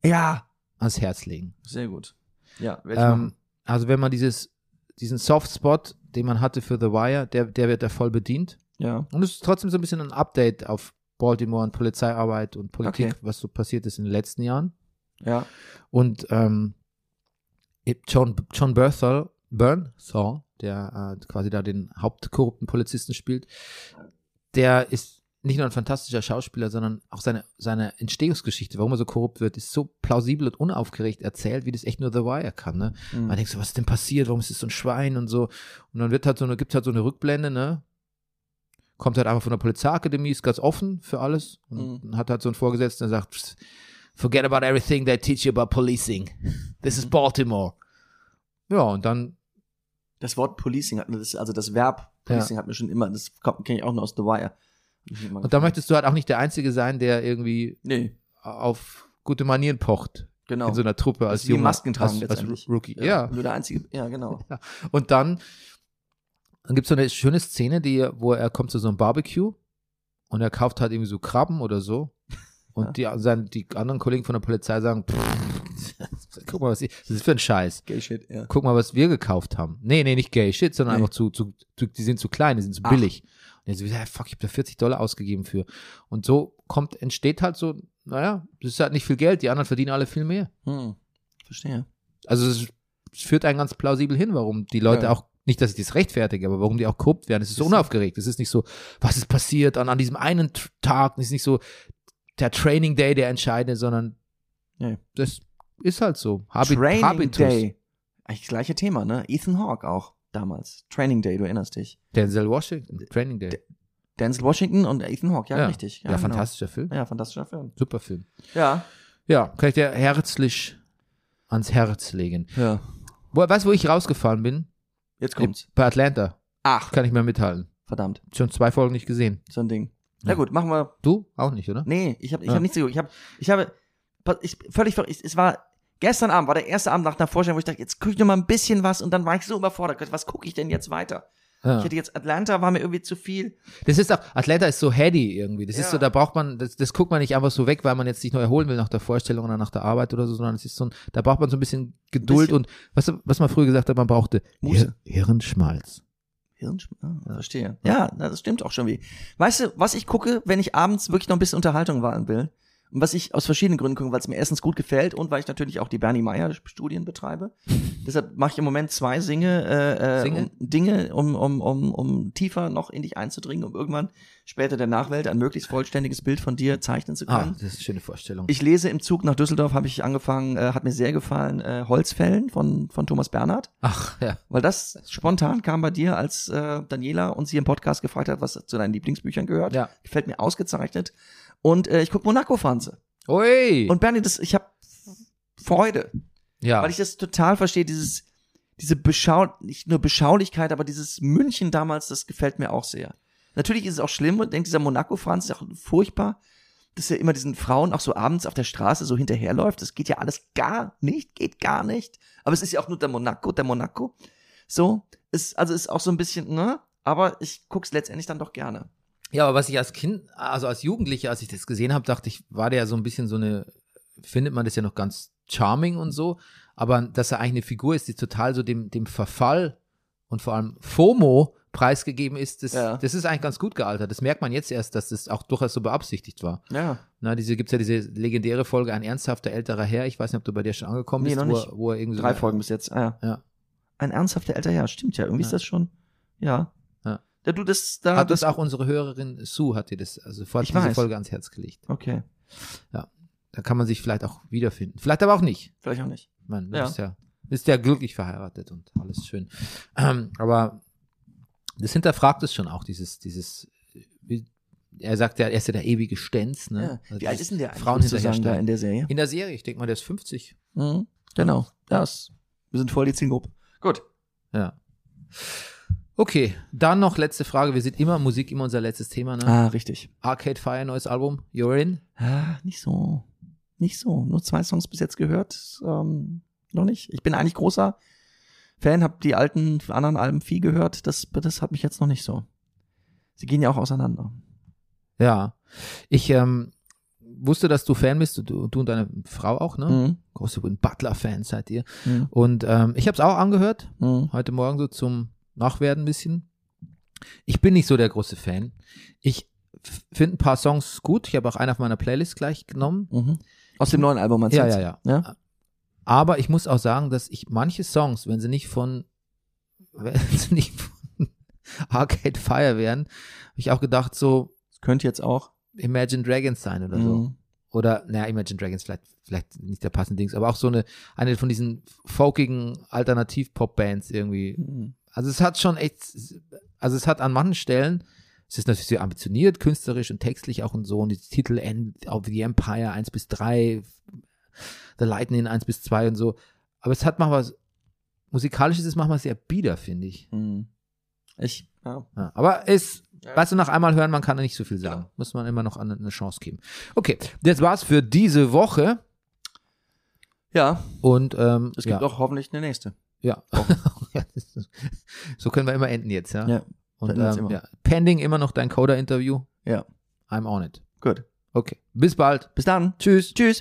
Ja, ans Herz legen. sehr gut. Ja, werd ich Ähm, machen. also wenn man dieses, diesen Softspot, den man hatte für The Wire, der, der wird da voll bedient. ja. Und es ist trotzdem so ein bisschen ein Update auf Baltimore und Polizeiarbeit und Politik, Okay. was so passiert ist in den letzten Jahren. Ja, Und ähm, John, John Berthel, Bernthal, der äh, quasi da den hauptkorrupten Polizisten spielt, der ist nicht nur ein fantastischer Schauspieler, sondern auch seine, seine Entstehungsgeschichte, warum er so korrupt wird, ist so plausibel und unaufgeregt erzählt, wie das echt nur The Wire kann. Ne? Mhm. Man denkt so, was ist denn passiert? Warum ist es so ein Schwein und so? Und dann wird halt so eine, gibt halt so eine Rückblende, ne? Kommt halt einfach von der Polizeiakademie, ist ganz offen für alles und Hm. hat halt so einen Vorgesetzten, der sagt, "Psst, forget about everything they teach you about policing. This Mhm. is Baltimore. Ja, und dann, das Wort Policing hat mir das, also das Verb Policing hat mir schon immer, das kenne ich auch nur aus The Wire. und dann möchtest du halt auch nicht der Einzige sein, der irgendwie Nee, auf gute Manieren pocht. genau. In so einer Truppe Das als ist wie junger, Masken tragen als, als letztendlich. Rookie. Also, Ja, Nur der einzige, ja, genau. Und dann, dann gibt es so eine schöne Szene, die, wo er kommt zu so einem Barbecue und er kauft halt irgendwie so Krabben oder so. Und die, sein, die anderen Kollegen von der Polizei sagen, "Pff, *laughs* guck mal, was ich, das ist für ein Scheiß. Gay Shit, ja. Guck mal, was wir gekauft haben. Nee, nee, nicht gay shit, sondern Nee. einfach zu, zu, zu, die sind zu klein, die sind zu Ach. billig. Und er so, ja, fuck, ich habe da 40 Dollar ausgegeben für. Und so kommt, entsteht halt so, naja, das ist halt nicht viel Geld, die anderen verdienen alle viel mehr. Hm. Verstehe. Also es, es führt einen ganz plausibel hin, warum die Leute Ja. auch, nicht, dass ich das rechtfertige, aber warum die auch korrupt werden. Es ist so Ist so. unaufgeregt. Es ist nicht so, was ist passiert an, an diesem einen T- Tag. Es ist nicht so der Training Day, der entscheidende, sondern Nee. das ist halt so. Habit, Training Habitus. Day. Eigentlich gleiche Thema, ne? Ethan Hawke auch damals. Training Day, du erinnerst dich. Denzel Washington, Training Day. Denzel Washington und Ethan Hawke, ja, Ja. richtig. Ja, genau. fantastischer Film. Ja, fantastischer Film. Super Film. Ja. Ja, kann ich dir herzlich ans Herz legen. Ja. Wo, weißt du, wo ich rausgefahren bin? Jetzt kommt's. Bei Atlanta. Ach, Kann ich mehr mithalten. verdammt. Schon zwei Folgen nicht gesehen. So ein Ding. Na Ja. gut, machen wir Du? Auch nicht, oder? Nee, ich habe ich Ja. hab nichts geguckt. Ich habe ich habe ich, völlig ver- ich, es war gestern Abend war der erste Abend nach einer Vorstellung, wo ich dachte, jetzt gucke ich noch mal ein bisschen was und dann war ich so überfordert, Gott, was gucke ich denn jetzt weiter? Ja. Ich hätte jetzt Atlanta war mir irgendwie zu viel. Das ist auch, Atlanta ist so heady irgendwie. Das Ja. ist so, da braucht man, das, das guckt man nicht einfach so weg, weil man jetzt sich nur erholen will nach der Vorstellung oder nach der Arbeit oder so, sondern es ist so ein, da braucht man so ein bisschen Geduld Bisschen. und was, was man früher gesagt hat, man brauchte Muße. Hir- Hirnschmalz. Hirnsch ah, verstehe. Ja, na, das stimmt auch schon wie. Weißt du, was ich gucke, wenn ich abends wirklich noch ein bisschen Unterhaltung wahren will? Und was ich aus verschiedenen Gründen gucke, weil es mir erstens gut gefällt und weil ich natürlich auch die Bernie Meyer Studien betreibe. Deshalb mache ich im Moment zwei Singe, äh, äh, Singe? Um, Dinge, um, um, um, um tiefer noch in dich einzudringen, um irgendwann später der Nachwelt ein möglichst vollständiges Bild von dir zeichnen zu Ah, können. das ist eine schöne Vorstellung. Ich lese im Zug nach Düsseldorf, habe ich angefangen, äh, hat mir sehr gefallen, äh, Holzfällen von, von Thomas Bernhard. Ach, ja. Weil das spontan kam bei dir, als äh, Daniela uns hier im Podcast gefragt hat, was zu deinen Lieblingsbüchern gehört. Ja. Gefällt mir ausgezeichnet. Und äh, ich guck monaco fernseh Ui! Und Bernie, das, ich habe Freude, ja. weil ich das total verstehe, dieses, diese Beschau, nicht nur Beschaulichkeit, aber dieses München damals, das gefällt mir auch sehr. Natürlich ist es auch schlimm und denkt dieser monaco franz ist auch furchtbar, dass er immer diesen Frauen auch so abends auf der Straße so hinterherläuft. Das geht ja alles gar nicht, geht gar nicht. Aber es ist ja auch nur der Monaco, der Monaco. So, ist, also ist auch so ein bisschen, ne? Aber ich guck's letztendlich dann doch gerne. Ja, aber was ich als Kind, also als Jugendlicher, als ich das gesehen habe, dachte ich, war der ja so ein bisschen so eine, findet man das ja noch ganz charming und so, aber dass er eigentlich eine Figur ist, die total so dem, dem Verfall und vor allem FOMO preisgegeben ist, das, Ja. das ist eigentlich ganz gut gealtert. Das merkt man jetzt erst, dass das auch durchaus so beabsichtigt war. Ja. Na, diese gibt's ja diese legendäre Folge, ein ernsthafter älterer Herr, ich weiß nicht, ob du bei der schon angekommen Nee, bist, noch wo, nicht. er- wo er irgendwie so Drei eine- Folgen bis jetzt. Ah, ja. Ja. Ein ernsthafter älter Jahr, stimmt ja. Irgendwie Ja. ist das schon. Ja. Ja. Ja, du das da. Hat das, uns auch unsere Hörerin Sue hat dir das also sofort Ich diese weiß. Folge ans Herz gelegt. okay. Da kann man sich vielleicht auch wiederfinden. Vielleicht aber auch nicht. Vielleicht auch nicht. Ich meine, du Ja. bist ja, bist ja glücklich verheiratet und alles schön. Ähm, aber das hinterfragt es schon auch, dieses, dieses, wie, er sagt ja, er ist ja der ewige Stenz, ne? Ja. Also Wie alt dieses ist denn der Frauen eigentlich sozusagen da in hinterherstellen. der Serie? Hm? In der Serie, ich denke mal, der ist 50. Mhm. Genau. Das. Wir sind voll die Zielgruppe. Gut. Ja. Okay, dann noch letzte Frage. Wir sind immer Musik, immer unser letztes Thema. Ne? Ah, richtig. Arcade Fire, neues Album. You're in. Ah, nicht so. Nicht so. Nur zwei Songs bis jetzt gehört. Ähm, noch nicht. Ich bin eigentlich großer Fan, hab die alten, anderen Alben viel gehört. Das, das hat mich jetzt noch nicht so. Sie gehen ja auch auseinander. Ja. Ich ähm, wusste, dass du Fan bist, du, du und deine Frau auch, ne? Mhm. Große Butler-Fans seid ihr. Mhm. Und ähm, ich habe es auch angehört, Mhm. heute Morgen so zum Nachwerden ein bisschen. Ich bin nicht so der große Fan. Ich finde ein paar Songs gut. Ich habe auch einen auf meiner Playlist gleich genommen. Mhm. Aus dem neuen Album, meinst du? Ja, jetzt? ja, ja. ja. Aber ich muss auch sagen, dass ich manche Songs, wenn sie nicht von, wenn *laughs* sie nicht von Arcade Fire wären, habe ich auch gedacht, so Das könnte jetzt auch. Imagine Dragons sein oder so. Mhm. Oder, naja, Imagine Dragons vielleicht, vielleicht nicht der passende Dings, aber auch so eine, eine von diesen folkigen Alternativ-Pop-Bands irgendwie. Mhm. Also es hat schon echt, also es hat an manchen Stellen, es ist natürlich sehr ambitioniert, künstlerisch und textlich auch und so, und die Titel End of the Empire 1 bis 3, The Lightning 1 bis 2 und so. Aber es hat manchmal, musikalisch ist es manchmal sehr bieder, finde ich. Mhm. Ich, ja. Ja, aber es, Ja. weißt du, nach einmal hören, man kann da nicht so viel sagen. Muss man immer noch an- eine Chance geben. Okay, das war's für diese Woche. Ja, Und ähm, es gibt ja, auch hoffentlich eine nächste. ja. *laughs* Ja, das ist- so können wir immer enden jetzt, ja. Ja, Und enden wir jetzt ähm, immer. ja, pending immer noch dein Coder-Interview. Ja. I'm on it. Gut. Okay. Bis bald. Bis dann. Tschüss. Tschüss.